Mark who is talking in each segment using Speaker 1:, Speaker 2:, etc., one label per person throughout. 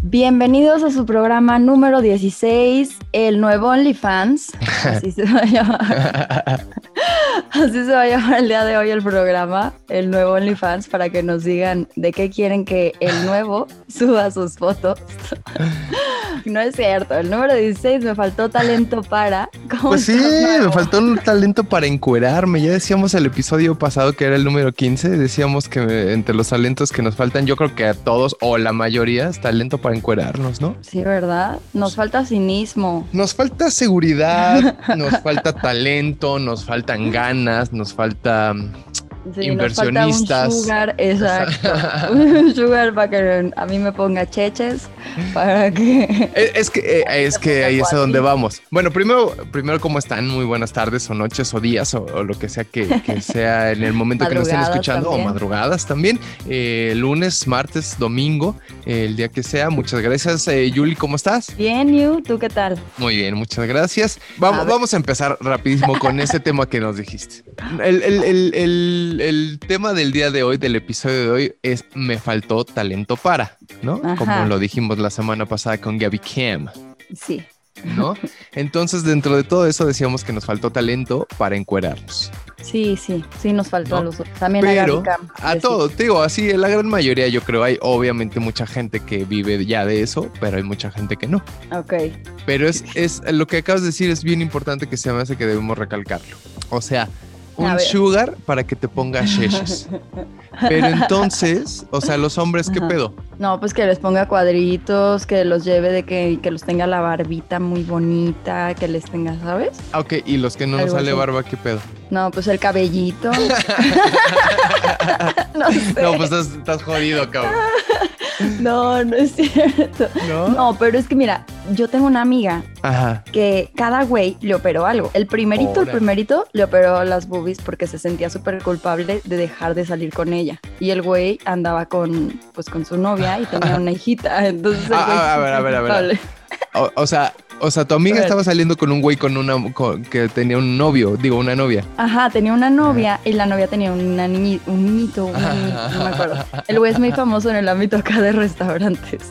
Speaker 1: Bienvenidos a su programa número 16, el nuevo OnlyFans. Así se va a llamar. Así se va a llamar el día de hoy el programa, el nuevo OnlyFans, para que nos digan de qué quieren que el nuevo suba sus fotos. No es cierto, el número 16 me faltó talento para.
Speaker 2: Pues sí, me faltó el talento para encuerarme. Ya decíamos el episodio pasado que era el número 15, decíamos que entre los talentos que nos faltan, yo creo que a todos o la mayoría es talento para encuerarnos, ¿no?
Speaker 1: Sí, ¿verdad? Nos falta cinismo.
Speaker 2: Nos falta seguridad, nos falta talento, nos faltan ganas, nos falta
Speaker 1: Sí,
Speaker 2: inversionistas.
Speaker 1: Nos falta un sugar, exacto. un sugar para que a mí me ponga cheches, para que...
Speaker 2: Es, es que, eh, es que ahí es a donde vamos. Bueno, primero, primero, ¿cómo están? Muy buenas tardes o noches o días o, o lo que sea que, que sea en el momento que nos estén
Speaker 1: Madrugadas
Speaker 2: escuchando
Speaker 1: también.
Speaker 2: o madrugadas también. Eh, lunes, martes, domingo, eh, el día que sea. Muchas gracias. Eh, Yuli, ¿cómo estás?
Speaker 1: Bien, you, ¿tú qué tal?
Speaker 2: Muy bien, muchas gracias.
Speaker 1: A
Speaker 2: Vamos,
Speaker 1: ver.
Speaker 2: vamos a empezar rapidísimo con ese tema que nos dijiste. El, el- el- el- el tema del día de hoy, del episodio de hoy, es me faltó talento para, ¿no?
Speaker 1: Ajá.
Speaker 2: Como lo dijimos la semana pasada con Gabby Cam.
Speaker 1: Sí,
Speaker 2: ¿no? Entonces, dentro de todo eso decíamos que nos faltó talento para encuerarnos.
Speaker 1: sí, sí, sí nos faltó a
Speaker 2: No,
Speaker 1: los otros. También
Speaker 2: Pero
Speaker 1: a, Gaby Cam,
Speaker 2: a
Speaker 1: sí,
Speaker 2: todos, te digo, así la gran mayoría yo creo, hay obviamente mucha gente que vive ya de eso, pero hay mucha gente que no.
Speaker 1: sí. Ok,
Speaker 2: Pero es, es lo que acabas de decir es bien importante que se me hace que debemos recalcarlo. O sea,
Speaker 1: A
Speaker 2: un
Speaker 1: ver.
Speaker 2: sugar para que te pongas sheshes. Pero entonces, o sea, los hombres, ¿qué
Speaker 1: Ajá.
Speaker 2: pedo?
Speaker 1: no, pues que les ponga cuadritos, que los lleve de que, que los tenga la barbita muy bonita, que les tenga, ¿sabes?
Speaker 2: Ah, Ok, y los que no nos
Speaker 1: Algo
Speaker 2: sale
Speaker 1: así.
Speaker 2: barba, ¿qué pedo?
Speaker 1: No, pues el cabellito. no sé.
Speaker 2: No, pues estás, estás jodido, cabrón.
Speaker 1: no, no es cierto.
Speaker 2: ¿No?
Speaker 1: No, pero es que mira, yo tengo una amiga
Speaker 2: Ajá.
Speaker 1: que cada güey le operó algo. El primerito, el
Speaker 2: Órale.
Speaker 1: primerito le operó las boobies porque se sentía súper culpable de dejar de salir con ella. Y el güey andaba con, pues, con su novia y tenía una hijita. Entonces, el
Speaker 2: Ah,
Speaker 1: güey
Speaker 2: ah, a ver, a ver, a ver.
Speaker 1: culpable.
Speaker 2: O, o sea, o sea, tu amiga
Speaker 1: Pero-
Speaker 2: estaba saliendo con un güey con una con- que tenía un novio, digo, una novia.
Speaker 1: Ajá, tenía una novia y la novia tenía una niñi- un niñito, un
Speaker 2: Ajá.
Speaker 1: niñito, no me acuerdo. El güey es muy famoso en el ámbito acá de restaurantes.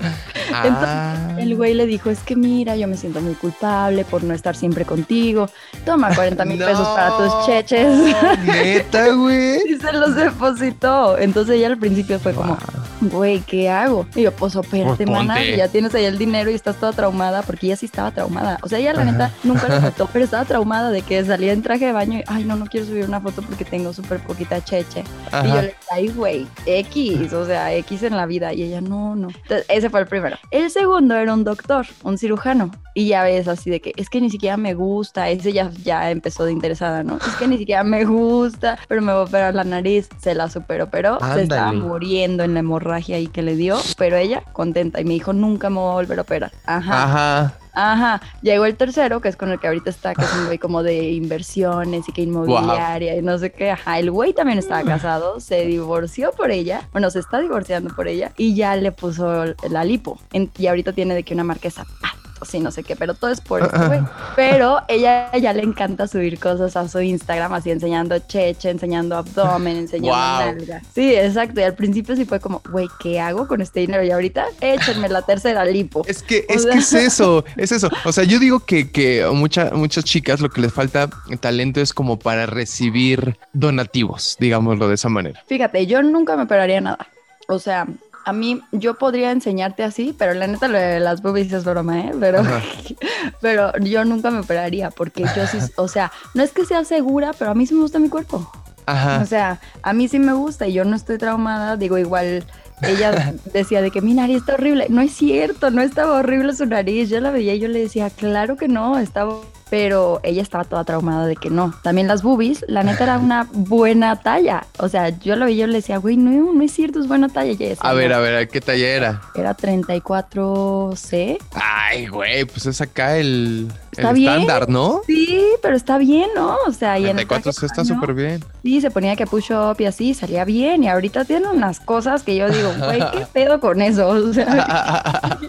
Speaker 2: Ah,
Speaker 1: El güey le dijo, es que mira, yo me siento muy culpable por no estar siempre contigo. Toma 40 mil pesos para
Speaker 2: No,
Speaker 1: tus cheches.
Speaker 2: Ah. Neta, güey.
Speaker 1: Y se los depositó. Entonces ella al principio fue como, güey, ¿qué hago? Y yo, pues opérate,
Speaker 2: Pues,
Speaker 1: mana,
Speaker 2: ponte.
Speaker 1: y ya tienes ahí el dinero y estás toda traumada, porque ella sí estaba traumada. O sea, ella la
Speaker 2: Ajá.
Speaker 1: neta nunca le faltó, pero estaba traumada de que salía en traje de baño y, ay, no, no quiero subir una foto porque tengo súper poquita cheche. Y yo
Speaker 2: Ajá.
Speaker 1: le decía, ay, güey, X, o sea, X en la vida. Y ella, no, no. Entonces, ese fue el primero. El segundo era un doctor, un cirujano. Y ya ves así de que es que ni siquiera me gusta. Ese ya, ya empezó de interesada, ¿no? Es que ni siquiera me gusta, pero me voy a operar la nariz. Se la superoperó. Se estaba
Speaker 2: Ándale.
Speaker 1: muriendo en la hemorragia ahí que le dio, pero ella contenta. Y me dijo, nunca me voy a volver a operar. Ajá.
Speaker 2: Ajá.
Speaker 1: Ajá, llegó el tercero, que es con el que ahorita está, que es un güey como de inversiones y que inmobiliaria y no sé qué. Ajá, el güey también estaba casado, se divorció por ella, bueno, se está divorciando por ella y ya le puso la lipo. En- y ahorita tiene de que una marca de zapatos y no sé qué, pero todo es por este güey. Pero ella ya le encanta subir cosas a su Instagram, así enseñando cheche, enseñando abdomen, enseñando
Speaker 2: Wow.
Speaker 1: nalga. Sí, exacto. Y al principio sí fue como, güey, ¿qué hago con este dinero? Y ahorita échenme la tercera lipo.
Speaker 2: Es que,
Speaker 1: O
Speaker 2: es
Speaker 1: sea-
Speaker 2: que es eso, es eso. O sea, yo digo que, que mucha- muchas chicas lo que les falta talento es como para recibir donativos, digámoslo de esa manera.
Speaker 1: Fíjate, yo nunca me operaría nada. O sea, a mí, yo podría enseñarte así, pero la neta, lo de las boobies es broma, ¿eh? Pero,
Speaker 2: Ajá.
Speaker 1: pero yo nunca me operaría porque yo sí, o sea, no es que sea segura, pero a mí sí me gusta mi cuerpo. O
Speaker 2: Ajá.
Speaker 1: sea, a mí sí me gusta y yo no estoy traumada. Digo, igual ella decía de que mi nariz está horrible. No es cierto, no estaba horrible su nariz. Yo la veía y yo le decía, claro que no, estaba. Pero ella estaba toda traumada de que no. También las boobies, la neta era una buena talla. O sea, yo la veía y yo le decía, güey, no, no es cierto, es buena talla. Y ella decía,
Speaker 2: A ver,
Speaker 1: "No".
Speaker 2: a ver, ¿qué talla era?
Speaker 1: Era 34C.
Speaker 2: Ay, güey, pues es acá el, el
Speaker 1: Está bien.
Speaker 2: estándar, ¿no?
Speaker 1: Sí, pero está bien, ¿no? O sea, y en el
Speaker 2: 34
Speaker 1: traje
Speaker 2: está
Speaker 1: de baño-
Speaker 2: súper bien.
Speaker 1: Sí, se ponía que push up y así, salía bien. Y ahorita tiene unas cosas que yo digo, güey, ¿qué pedo con eso? O sea,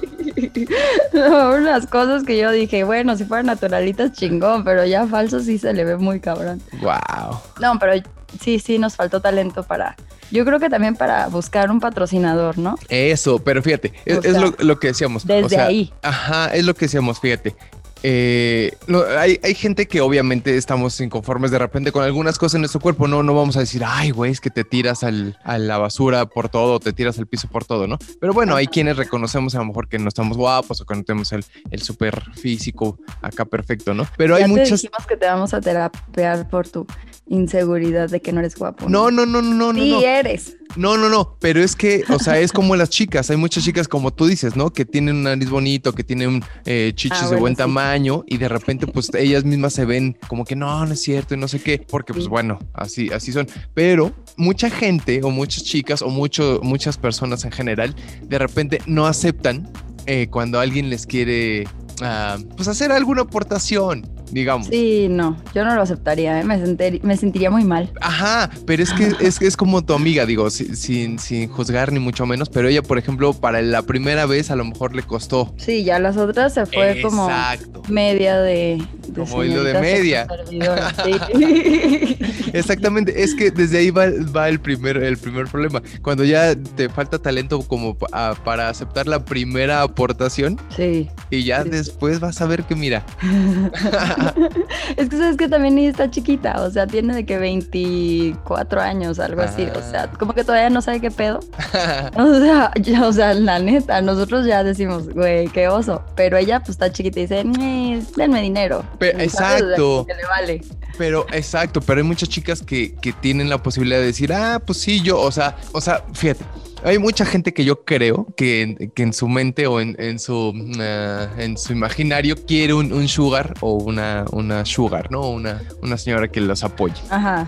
Speaker 1: no, unas cosas que yo dije, bueno, si fueran naturalitas, chingón, pero ya falso sí se le ve muy cabrón.
Speaker 2: wow.
Speaker 1: No, pero sí, sí, nos faltó talento para, yo creo que también para buscar un patrocinador, ¿no?
Speaker 2: Eso, pero fíjate, es,
Speaker 1: O sea,
Speaker 2: es lo, lo que decíamos.
Speaker 1: desde
Speaker 2: o sea,
Speaker 1: ahí.
Speaker 2: Ajá, es lo que decíamos, fíjate. Eh, no, hay, hay gente que obviamente estamos inconformes de repente con algunas cosas en nuestro cuerpo, no, no vamos a decir, ay, güey, es que te tiras al, a la basura por todo, te tiras al piso por todo, ¿no? Pero bueno, hay quienes reconocemos a lo mejor que no estamos guapos o que no tenemos el, el super físico acá perfecto, ¿no? Pero
Speaker 1: ya
Speaker 2: hay
Speaker 1: te
Speaker 2: muchas...
Speaker 1: dijimos que te vamos a terapear por tu inseguridad de que no eres guapo.
Speaker 2: No, no, no, no, no, no,
Speaker 1: sí
Speaker 2: no.
Speaker 1: eres.
Speaker 2: No, no, no, pero es que, o sea, es como las chicas, hay muchas chicas como tú dices, ¿no? Que tienen un nariz bonito, que tienen eh, chichis
Speaker 1: Ah,
Speaker 2: de
Speaker 1: bueno,
Speaker 2: buen
Speaker 1: sí.
Speaker 2: tamaño y de repente pues ellas mismas se ven como que no, no es cierto y no sé qué, porque pues
Speaker 1: Sí.
Speaker 2: bueno, así, así son. Pero mucha gente o muchas chicas o mucho, muchas personas en general de repente no aceptan eh, cuando alguien les quiere ah, pues hacer alguna aportación, digamos.
Speaker 1: Sí, no, yo no lo aceptaría, ¿eh? me, senter- me sentiría muy mal.
Speaker 2: Ajá, pero es que es, que es como tu amiga, digo, si- sin, sin juzgar ni mucho menos, pero ella, por ejemplo, para la primera vez a lo mejor le costó.
Speaker 1: Sí, ya las otras se fue como
Speaker 2: Exacto.
Speaker 1: media de... de
Speaker 2: Como hilo de
Speaker 1: señorita
Speaker 2: media.
Speaker 1: servidora, sí.
Speaker 2: Exactamente, es que desde ahí va, va el, primer, el primer problema. Cuando ya te falta talento como pa- ah, para aceptar la primera aportación
Speaker 1: sí.
Speaker 2: y ya
Speaker 1: Sí.
Speaker 2: después vas a ver que mira,
Speaker 1: es que sabes que también ella está chiquita, o sea, tiene de que 24 años, algo así, o sea,
Speaker 2: Ah.
Speaker 1: como que todavía no sabe qué pedo. O sea, ya, o sea, la neta, nosotros ya decimos, güey, qué oso, pero ella pues está chiquita y dice, "Nee, denme dinero.
Speaker 2: Pe-
Speaker 1: ¿sabes?
Speaker 2: exacto.
Speaker 1: O sea, Que le vale.
Speaker 2: Pero exacto, pero hay muchas chicas que, que tienen la posibilidad de decir, ah, pues sí, yo, o sea, o sea, fíjate, hay mucha gente que yo creo que, en- que en su mente o en, en su ah, en su imaginario quiere un, un sugar o una, una sugar, ¿no? Una, una señora que los apoye.
Speaker 1: Ajá.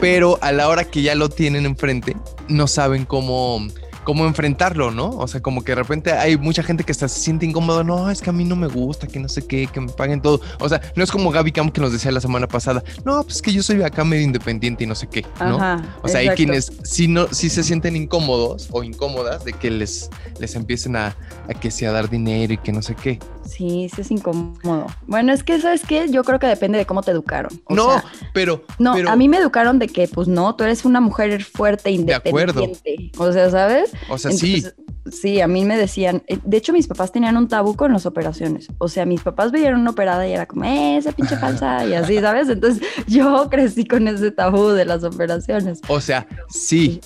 Speaker 2: Pero a la hora que ya lo tienen enfrente, no saben cómo cómo enfrentarlo, ¿no? O sea, como que de repente hay mucha gente que hasta se siente incómodo, no, es que a mí no me gusta, que no sé qué, que me paguen todo. O sea, no es como Gaby Cam que nos decía la semana pasada, no, pues que yo soy acá medio independiente y no sé qué, ¿no?
Speaker 1: Ajá.
Speaker 2: O sea, hay
Speaker 1: exacto.
Speaker 2: quienes sí, no, sí se sienten incómodos o incómodas de que les, les empiecen a, a que sea dar dinero y que no sé qué.
Speaker 1: Sí, sí es incómodo. Bueno, es que, ¿sabes qué? Yo creo que depende de cómo te educaron. O
Speaker 2: no,
Speaker 1: sea,
Speaker 2: pero,
Speaker 1: No,
Speaker 2: pero,
Speaker 1: a mí me educaron de que, pues no, tú eres una mujer fuerte,
Speaker 2: acuerdo.
Speaker 1: independiente. O sea, ¿sabes?
Speaker 2: o sea, sí,
Speaker 1: Entonces, sí, a mí me decían, eh, de hecho mis papás tenían un tabú con las operaciones, o sea, mis papás veían una operada y era como, "Eh, esa pinche falsa, y así, ¿sabes? Entonces yo crecí con ese tabú de las operaciones.
Speaker 2: o sea, sí.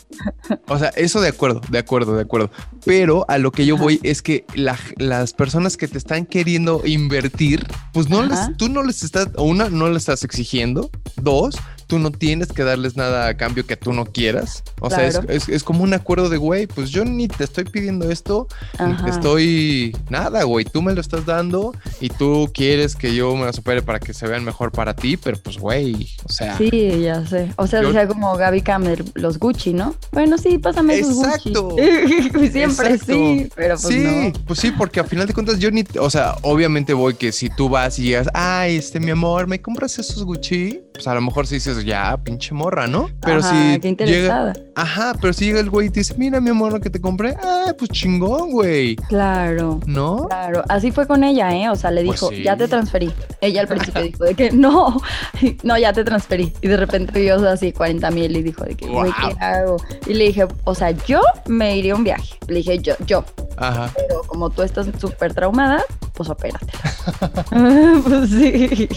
Speaker 2: O sea, eso de acuerdo, de acuerdo, de acuerdo. Pero a lo que yo
Speaker 1: Ajá.
Speaker 2: voy es que la- las personas que te están queriendo invertir, pues no
Speaker 1: Ajá.
Speaker 2: les, tú no les estás, una, no les estás exigiendo, dos, tú no tienes que darles nada a cambio que tú no quieras. O sea,
Speaker 1: Claro.
Speaker 2: es, es- es como un acuerdo de, güey, pues yo ni te estoy pidiendo esto, ni te
Speaker 1: Ajá.
Speaker 2: estoy nada, güey, tú me lo estás dando y tú quieres que yo me las opere para que se vean mejor para ti, pero pues, güey, o sea...
Speaker 1: Sí, ya sé. O sea,
Speaker 2: Yo-
Speaker 1: decía como Gaby Camer, los Gucci, ¿no? Bueno, sí, pásame esos
Speaker 2: Exacto.
Speaker 1: Gucci. Pues Siempre
Speaker 2: Exacto.
Speaker 1: sí, pero pues
Speaker 2: sí,
Speaker 1: no.
Speaker 2: pues sí, porque a final de cuentas yo ni, o sea, obviamente voy que si tú vas y llegas, ay, este mi amor, ¿me compras esos Gucci? Pues a lo mejor sí dices, ya, pinche morra, ¿no? Pero
Speaker 1: Ajá,
Speaker 2: si
Speaker 1: qué
Speaker 2: llega,
Speaker 1: interesada.
Speaker 2: ajá, pero si llega el güey y te dice, mira mi amor, lo que te compré, ah, pues chingón, güey,
Speaker 1: Claro.
Speaker 2: ¿no?
Speaker 1: Claro, así fue con ella, ¿eh? O sea, le
Speaker 2: Pues
Speaker 1: dijo,
Speaker 2: sí.
Speaker 1: ya te transferí. Ella al principio dijo de que no, no, ya te transferí. Y de repente vio o sea, así 40 mil y dijo de que, güey,
Speaker 2: Wow.
Speaker 1: ¿qué hago? Y le dije, o sea, yo me iría a un viaje. Le dije, yo, yo,
Speaker 2: Ajá.
Speaker 1: pero como tú estás súper traumada, pues opérate. pues sí.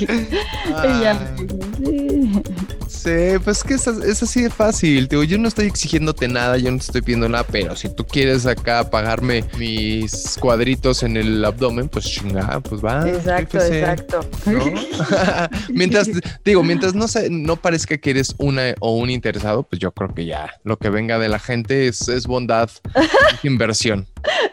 Speaker 1: Ella me
Speaker 2: Ay.
Speaker 1: dijo, sí.
Speaker 2: Sí, pues que es, es así de fácil. Te digo, yo no estoy exigiéndote nada, yo no te estoy pidiendo nada, pero si tú quieres acá pagarme mis cuadritos en el abdomen, pues chingada, pues va.
Speaker 1: Exacto,
Speaker 2: yo qué sé,
Speaker 1: exacto.
Speaker 2: ¿no? mientras, te digo, mientras no, se- no parezca que eres una o un interesado, pues yo creo que ya lo que venga de la gente es, es bondad, es inversión,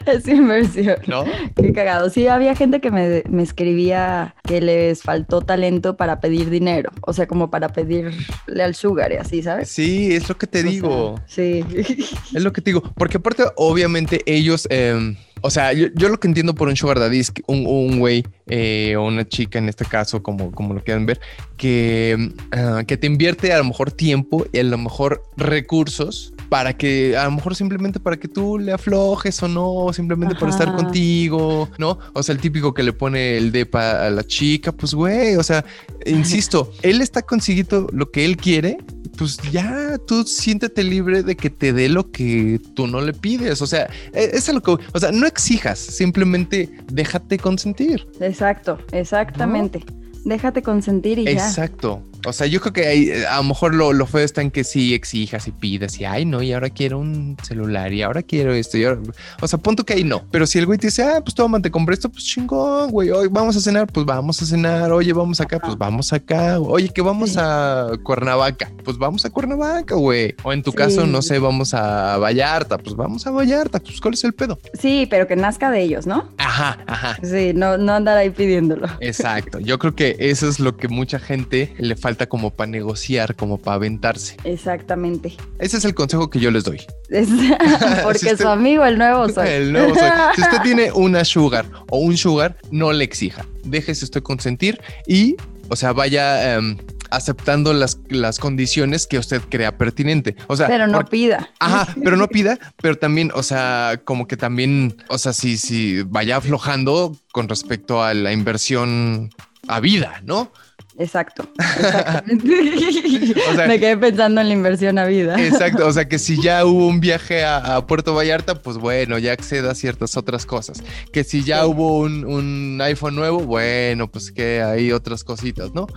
Speaker 1: Es inversión.
Speaker 2: ¿no?
Speaker 1: Qué cagado. Sí, había gente que me, me escribía que les faltó talento para pedir dinero. O sea, como para pedirle al sugar y así, ¿sabes?
Speaker 2: Sí, es lo que te
Speaker 1: O sea,
Speaker 2: digo.
Speaker 1: sí.
Speaker 2: Es lo que te digo, porque aparte, obviamente, ellos, eh, o sea, yo, yo lo que entiendo por un sugar daddy es que un, un güey eh, o una chica en este caso, como, como lo quieran ver, que, ah, que te invierte a lo mejor tiempo y a lo mejor recursos para que, a lo mejor simplemente para que tú le aflojes o no, o simplemente para estar
Speaker 1: Ajá.
Speaker 2: contigo, ¿no? O sea, el típico que le pone el depa a la chica, pues güey, o sea, insisto, él está consiguiendo lo que él quiere pues ya tú siéntete libre de que te dé lo que tú no le pides. O sea, e-, es algo que, o sea, no exijas, simplemente déjate consentir.
Speaker 1: Exacto, exactamente. ¿No? Déjate consentir y
Speaker 2: Exacto. ya. Exacto. O sea, yo creo que hay, a lo mejor lo, lo, feo está en que sí exijas y pidas y ay, no, y ahora quiero un celular y ahora quiero esto. Y ahora... O sea, punto que ahí no. Pero si el güey te dice, ah, pues toma, te compré esto, pues chingón, güey. Hoy vamos a cenar, pues vamos a cenar. Oye, vamos acá, pues vamos acá. Oye, que vamos sí. a Cuernavaca, pues vamos a Cuernavaca, güey. O en tu sí. caso, no sé, vamos a Vallarta, pues vamos a Vallarta. Pues cuál es el pedo.
Speaker 1: Sí, pero que nazca de ellos, ¿no?
Speaker 2: Ajá, ajá.
Speaker 1: Sí, no, no andar ahí pidiéndolo.
Speaker 2: Exacto. Yo creo que eso es lo que mucha gente le falta como para negociar, como para aventarse.
Speaker 1: Exactamente.
Speaker 2: Ese es el consejo que yo les doy.
Speaker 1: Es, porque
Speaker 2: Este
Speaker 1: si usted, su amigo, el nuevo soy.
Speaker 2: El nuevo soy. Si usted tiene una sugar o un sugar, no le exija. Déjese usted consentir y, o sea, vaya... Um, aceptando las, las condiciones que usted crea pertinente. O sea,
Speaker 1: pero no porque, pida.
Speaker 2: Ajá, pero no pida, pero también, o sea, como que también, o sea, si, si vaya aflojando con respecto a la inversión a vida, ¿no?
Speaker 1: Exacto. o sea, Me quedé pensando en la inversión a vida.
Speaker 2: Exacto. O sea que si ya hubo un viaje a, a Puerto Vallarta, pues bueno, ya acceda a ciertas otras cosas. Que si ya sí. hubo un, un, iPhone nuevo, bueno, pues que hay otras cositas, ¿no?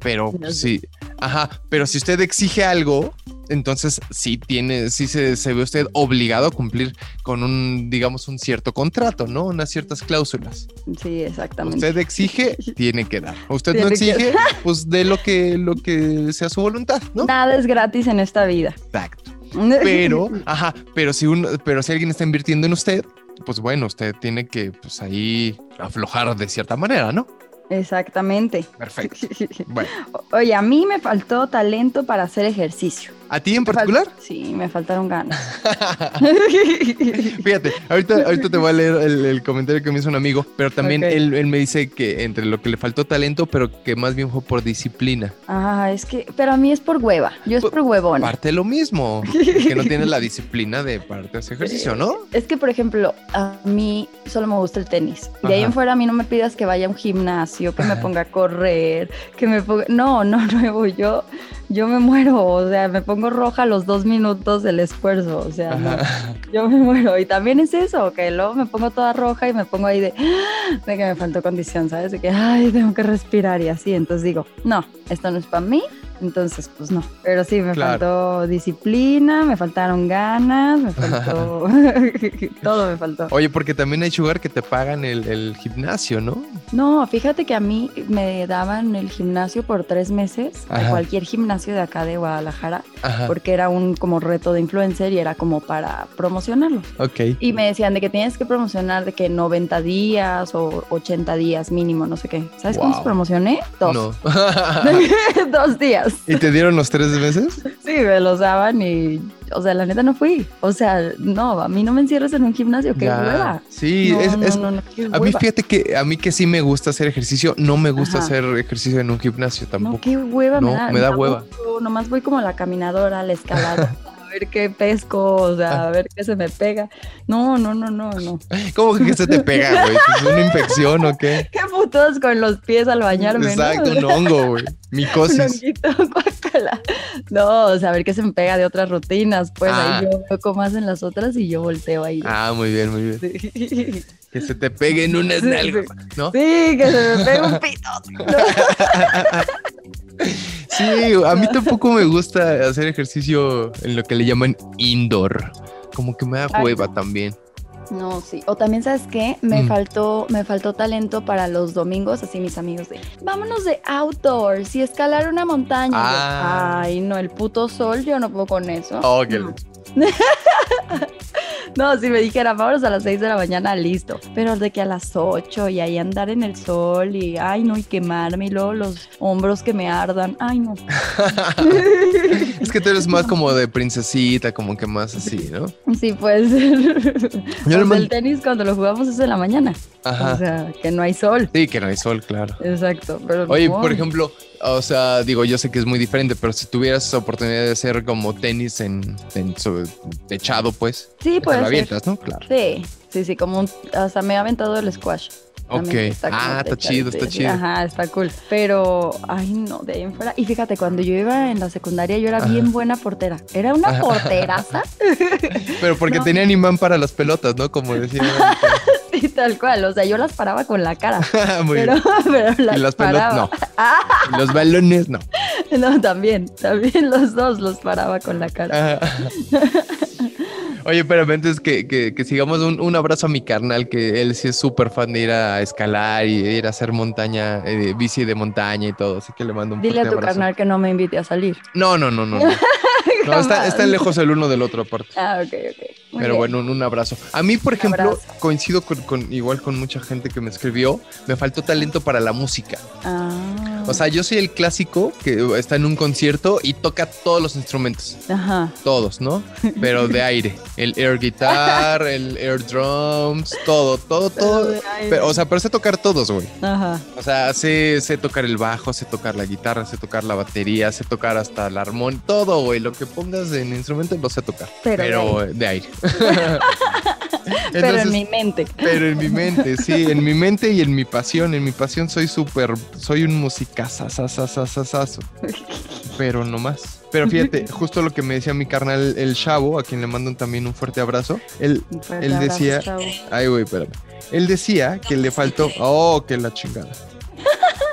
Speaker 2: Pero pues, sí. Ajá. Pero si usted exige algo, entonces sí tiene, sí se, se ve usted obligado a cumplir con un, digamos, un cierto contrato, ¿no? Unas ciertas cláusulas.
Speaker 1: Sí, exactamente.
Speaker 2: Usted exige, tiene que dar. Usted tiene no exige, que... pues de lo que, lo que sea su voluntad, ¿no?
Speaker 1: Nada es gratis en esta vida.
Speaker 2: Exacto. Pero, ajá, pero si uno, pero si alguien está invirtiendo en usted, pues bueno, usted tiene que, pues ahí aflojar de cierta manera, ¿no?
Speaker 1: Exactamente.
Speaker 2: Perfecto. Bueno.
Speaker 1: Oye, a mí me faltó talento para hacer ejercicio.
Speaker 2: ¿A ti en particular?
Speaker 1: Sí, me faltaron ganas.
Speaker 2: Fíjate, ahorita, ahorita te voy a leer el, el comentario que me hizo un amigo, pero también okay. él, él, me dice que entre lo que le faltó talento, pero que más bien fue por disciplina.
Speaker 1: Ah, es que, pero a mí es por hueva, yo es por, por huevón.
Speaker 2: Parte lo mismo, que no tienes la disciplina de parte ese ejercicio, ¿no?
Speaker 1: Es que, por ejemplo, a mí solo me gusta el tenis. De Ajá. ahí en fuera a mí no me pidas que vaya a un gimnasio, que me ponga a correr, que me ponga... No, no, no, yo, yo me muero, o sea, me pongo pongo roja los dos minutos del esfuerzo, o sea, no, yo me muero. Y también es eso, que luego me pongo toda roja y me pongo ahí de, de que me faltó condición, ¿sabes? De que, ay, tengo que respirar y así. Entonces digo, no, esto no es para mí, entonces, pues no. Pero sí, me claro. faltó disciplina, me faltaron ganas, me faltó. todo me faltó.
Speaker 2: Oye, porque también hay sugar que te pagan el, el, gimnasio, ¿no?
Speaker 1: No, fíjate que a mí me daban el gimnasio por tres meses, Ajá. Ah. a cualquier gimnasio de acá de Guadalajara, Ajá. porque era un como reto de influencer y era como para promocionarlo.
Speaker 2: Ok.
Speaker 1: Y me decían de que tienes que promocionar de que 90 días o 80 días mínimo, no sé qué. ¿Sabes wow. cómo se promocioné? Dos. No. Dos días.
Speaker 2: ¿Y te dieron los tres meses?
Speaker 1: Sí, me los daban y, o sea, la neta no fui. O sea, no, a mí no me encierres en un gimnasio, que hueva.
Speaker 2: Sí,
Speaker 1: no,
Speaker 2: es, es no, no, a mí fíjate que a mí que sí me gusta hacer ejercicio, no me gusta Ajá. hacer ejercicio en un gimnasio tampoco.
Speaker 1: No, qué hueva,
Speaker 2: me da, me da hueva.
Speaker 1: Gusto, nomás voy como la caminadora, la escalada. a ver qué pesco, o sea, a ver qué se me pega. No, no, no, no, no.
Speaker 2: ¿Cómo que se te pega, güey? ¿Es una infección o qué?
Speaker 1: Qué putos con los pies al bañarme.
Speaker 2: Exacto, un hongo, güey. Micosis. Un honguito,
Speaker 1: no, o sea, a ver qué se me pega de otras rutinas. Pues ah. ahí yo veo cómo hacen las otras y yo volteo ahí.
Speaker 2: Ah, muy bien, muy bien. Sí. Que se te pegue en unas sí, nalgas, ¿no?
Speaker 1: Sí, que se me pegue un pito.
Speaker 2: No. Sí, a mí tampoco me gusta hacer ejercicio en lo que le llaman indoor. Como que me da hueva también.
Speaker 1: No, sí. O también, ¿sabes qué? Me mm. faltó, me faltó talento para los domingos, así mis amigos de vámonos de outdoors y escalar una montaña. Ah. Yo, Ay, no, el puto sol, yo no puedo con eso.
Speaker 2: Oh, qué
Speaker 1: no. no, si me dijera, vámonos a las 6 de la mañana, listo. Pero de que a las 8 y ahí andar en el sol y, ay, no, y quemarme y luego los hombros que me ardan, ay, no.
Speaker 2: es que tú eres más como de princesita, como que más así, ¿no?
Speaker 1: Sí, pues. Yo pues el tenis cuando lo jugamos es en la mañana. Ajá. O sea, que no hay sol.
Speaker 2: Sí, que no hay sol, claro.
Speaker 1: Exacto. Pero
Speaker 2: Oye, wow. por ejemplo, o sea, digo, yo sé que es muy diferente, pero si tuvieras oportunidad de hacer como tenis en, en techado, pues.
Speaker 1: Sí, pues.
Speaker 2: avientas, ¿no? Claro.
Speaker 1: Sí, sí, sí, como un, hasta me ha aventado el squash. También
Speaker 2: Ok.
Speaker 1: está como
Speaker 2: Ah, está
Speaker 1: de
Speaker 2: chido, está
Speaker 1: charity.
Speaker 2: chido.
Speaker 1: Ajá, está cool. Pero, ay, no, de ahí en fuera. Y fíjate, cuando yo iba en la secundaria, yo era bien buena portera. Era una porteraza.
Speaker 2: Pero porque
Speaker 1: No.
Speaker 2: tenían imán para las pelotas, ¿no? Como decía.
Speaker 1: Sí, tal cual. O sea, yo las paraba con la cara.
Speaker 2: Muy
Speaker 1: pero,
Speaker 2: bien.
Speaker 1: pero las,
Speaker 2: Y las
Speaker 1: paraba. Ah.
Speaker 2: pelotas, no. Y Los balones, no.
Speaker 1: No, también, también los dos los paraba con la cara.
Speaker 2: Ah. Oye, pero antes que, que- que sigamos, un, un abrazo a mi carnal, que él sí es súper fan de ir a escalar y ir a hacer montaña, eh, bici de montaña y todo, así que le mando un
Speaker 1: Dile a
Speaker 2: fuerte
Speaker 1: tu
Speaker 2: abrazo.
Speaker 1: carnal que no me invite a salir.
Speaker 2: No, no, no, no. No, No, está,
Speaker 1: Jamás.
Speaker 2: están lejos el uno del otro aparte.
Speaker 1: Ah, ok, ok. Muy
Speaker 2: Pero
Speaker 1: bien.
Speaker 2: bueno, un, un abrazo. A mí, por ejemplo,
Speaker 1: abrazo.
Speaker 2: coincido con, con- igual con mucha gente que me escribió, me faltó talento para la música.
Speaker 1: Ah.
Speaker 2: O sea, yo soy el clásico que está en un concierto y toca todos los instrumentos.
Speaker 1: Ajá.
Speaker 2: todos, ¿no? Pero de aire. El air guitar, el air drums, todo, todo, todo. Pero, o sea, pero sé tocar todos, güey.
Speaker 1: Ajá.
Speaker 2: O sea, sé, sé tocar el bajo, sé tocar la guitarra, sé tocar la batería, sé tocar hasta el armón, todo, güey. Lo que pongas en instrumento lo sé tocar.
Speaker 1: Pero
Speaker 2: Pero,
Speaker 1: de
Speaker 2: eh, de aire.
Speaker 1: Pero en
Speaker 2: Entonces,
Speaker 1: mi mente.
Speaker 2: pero en mi mente, sí, en mi mente y en mi pasión. En mi pasión soy súper, soy un musicazazazazazazo. Pero no más. Pero fíjate, justo lo que me decía mi carnal el Chavo, a quien le mando también un fuerte abrazo. Él,
Speaker 1: Fuerte
Speaker 2: Él
Speaker 1: abrazo,
Speaker 2: decía-
Speaker 1: pues, chavo.
Speaker 2: ay, güey, espérame. Él decía que le faltó, oh, que la chingada.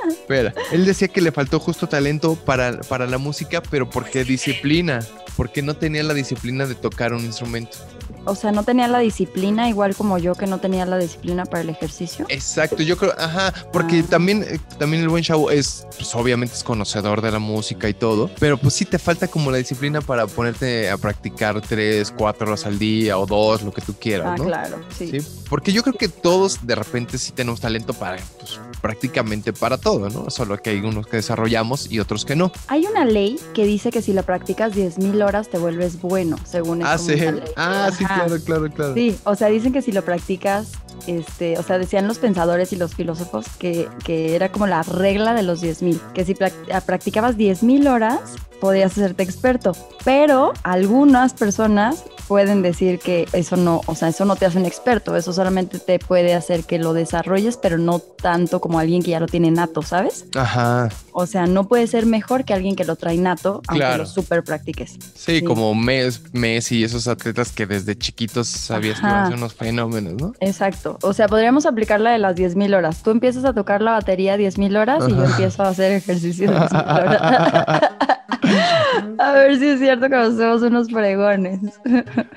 Speaker 2: Espera, él decía que le faltó justo talento para, para la música, pero porque disciplina, porque no tenía la disciplina de tocar un instrumento.
Speaker 1: O sea, no tenía la disciplina, igual como yo que no tenía la disciplina para el ejercicio.
Speaker 2: Exacto, yo creo, ajá, porque
Speaker 1: Ah.
Speaker 2: también, eh, también el buen chavo es, pues obviamente es conocedor de la música y todo, pero pues sí te falta como la disciplina para ponerte a practicar tres, cuatro horas al día o dos, lo que tú quieras,
Speaker 1: Ah,
Speaker 2: ¿no?
Speaker 1: claro, sí.
Speaker 2: Sí, porque yo creo que todos de repente sí tenemos talento para pues, prácticamente para todo, ¿no? Solo que hay unos que desarrollamos y otros que no.
Speaker 1: Hay una ley que dice que si la practicas 10.000 horas te vuelves bueno, según es
Speaker 2: Ah,
Speaker 1: como
Speaker 2: sí.
Speaker 1: una ley.
Speaker 2: Ah, sí,
Speaker 1: Ajá.
Speaker 2: claro, claro, claro.
Speaker 1: Sí, o sea, dicen que si lo practicas, este, o sea, decían los pensadores y los filósofos que, que era como la regla de los 10.000, que si prac- ah, practicabas 10.000 horas podías hacerte experto, pero algunas personas pueden decir que eso no, o sea, eso no te hace un experto, eso solamente te puede hacer que lo desarrolles, pero no tanto como alguien que ya lo tiene nato, ¿sabes?
Speaker 2: Ajá.
Speaker 1: O sea, no puede ser mejor que alguien que lo trae nato, aunque
Speaker 2: Claro.
Speaker 1: lo super practiques.
Speaker 2: Sí,
Speaker 1: Sí.
Speaker 2: como Mes- Messi y esos atletas que desde chiquitos sabías que iban a
Speaker 1: Ajá.
Speaker 2: ser unos fenómenos, ¿no?
Speaker 1: Exacto. O sea, podríamos aplicar la de las 10.000 horas. Tú empiezas a tocar la batería 10.000 horas y yo
Speaker 2: Ajá.
Speaker 1: empiezo a hacer ejercicio 10.000 horas. a ver si es cierto que nos hacemos unos pregones.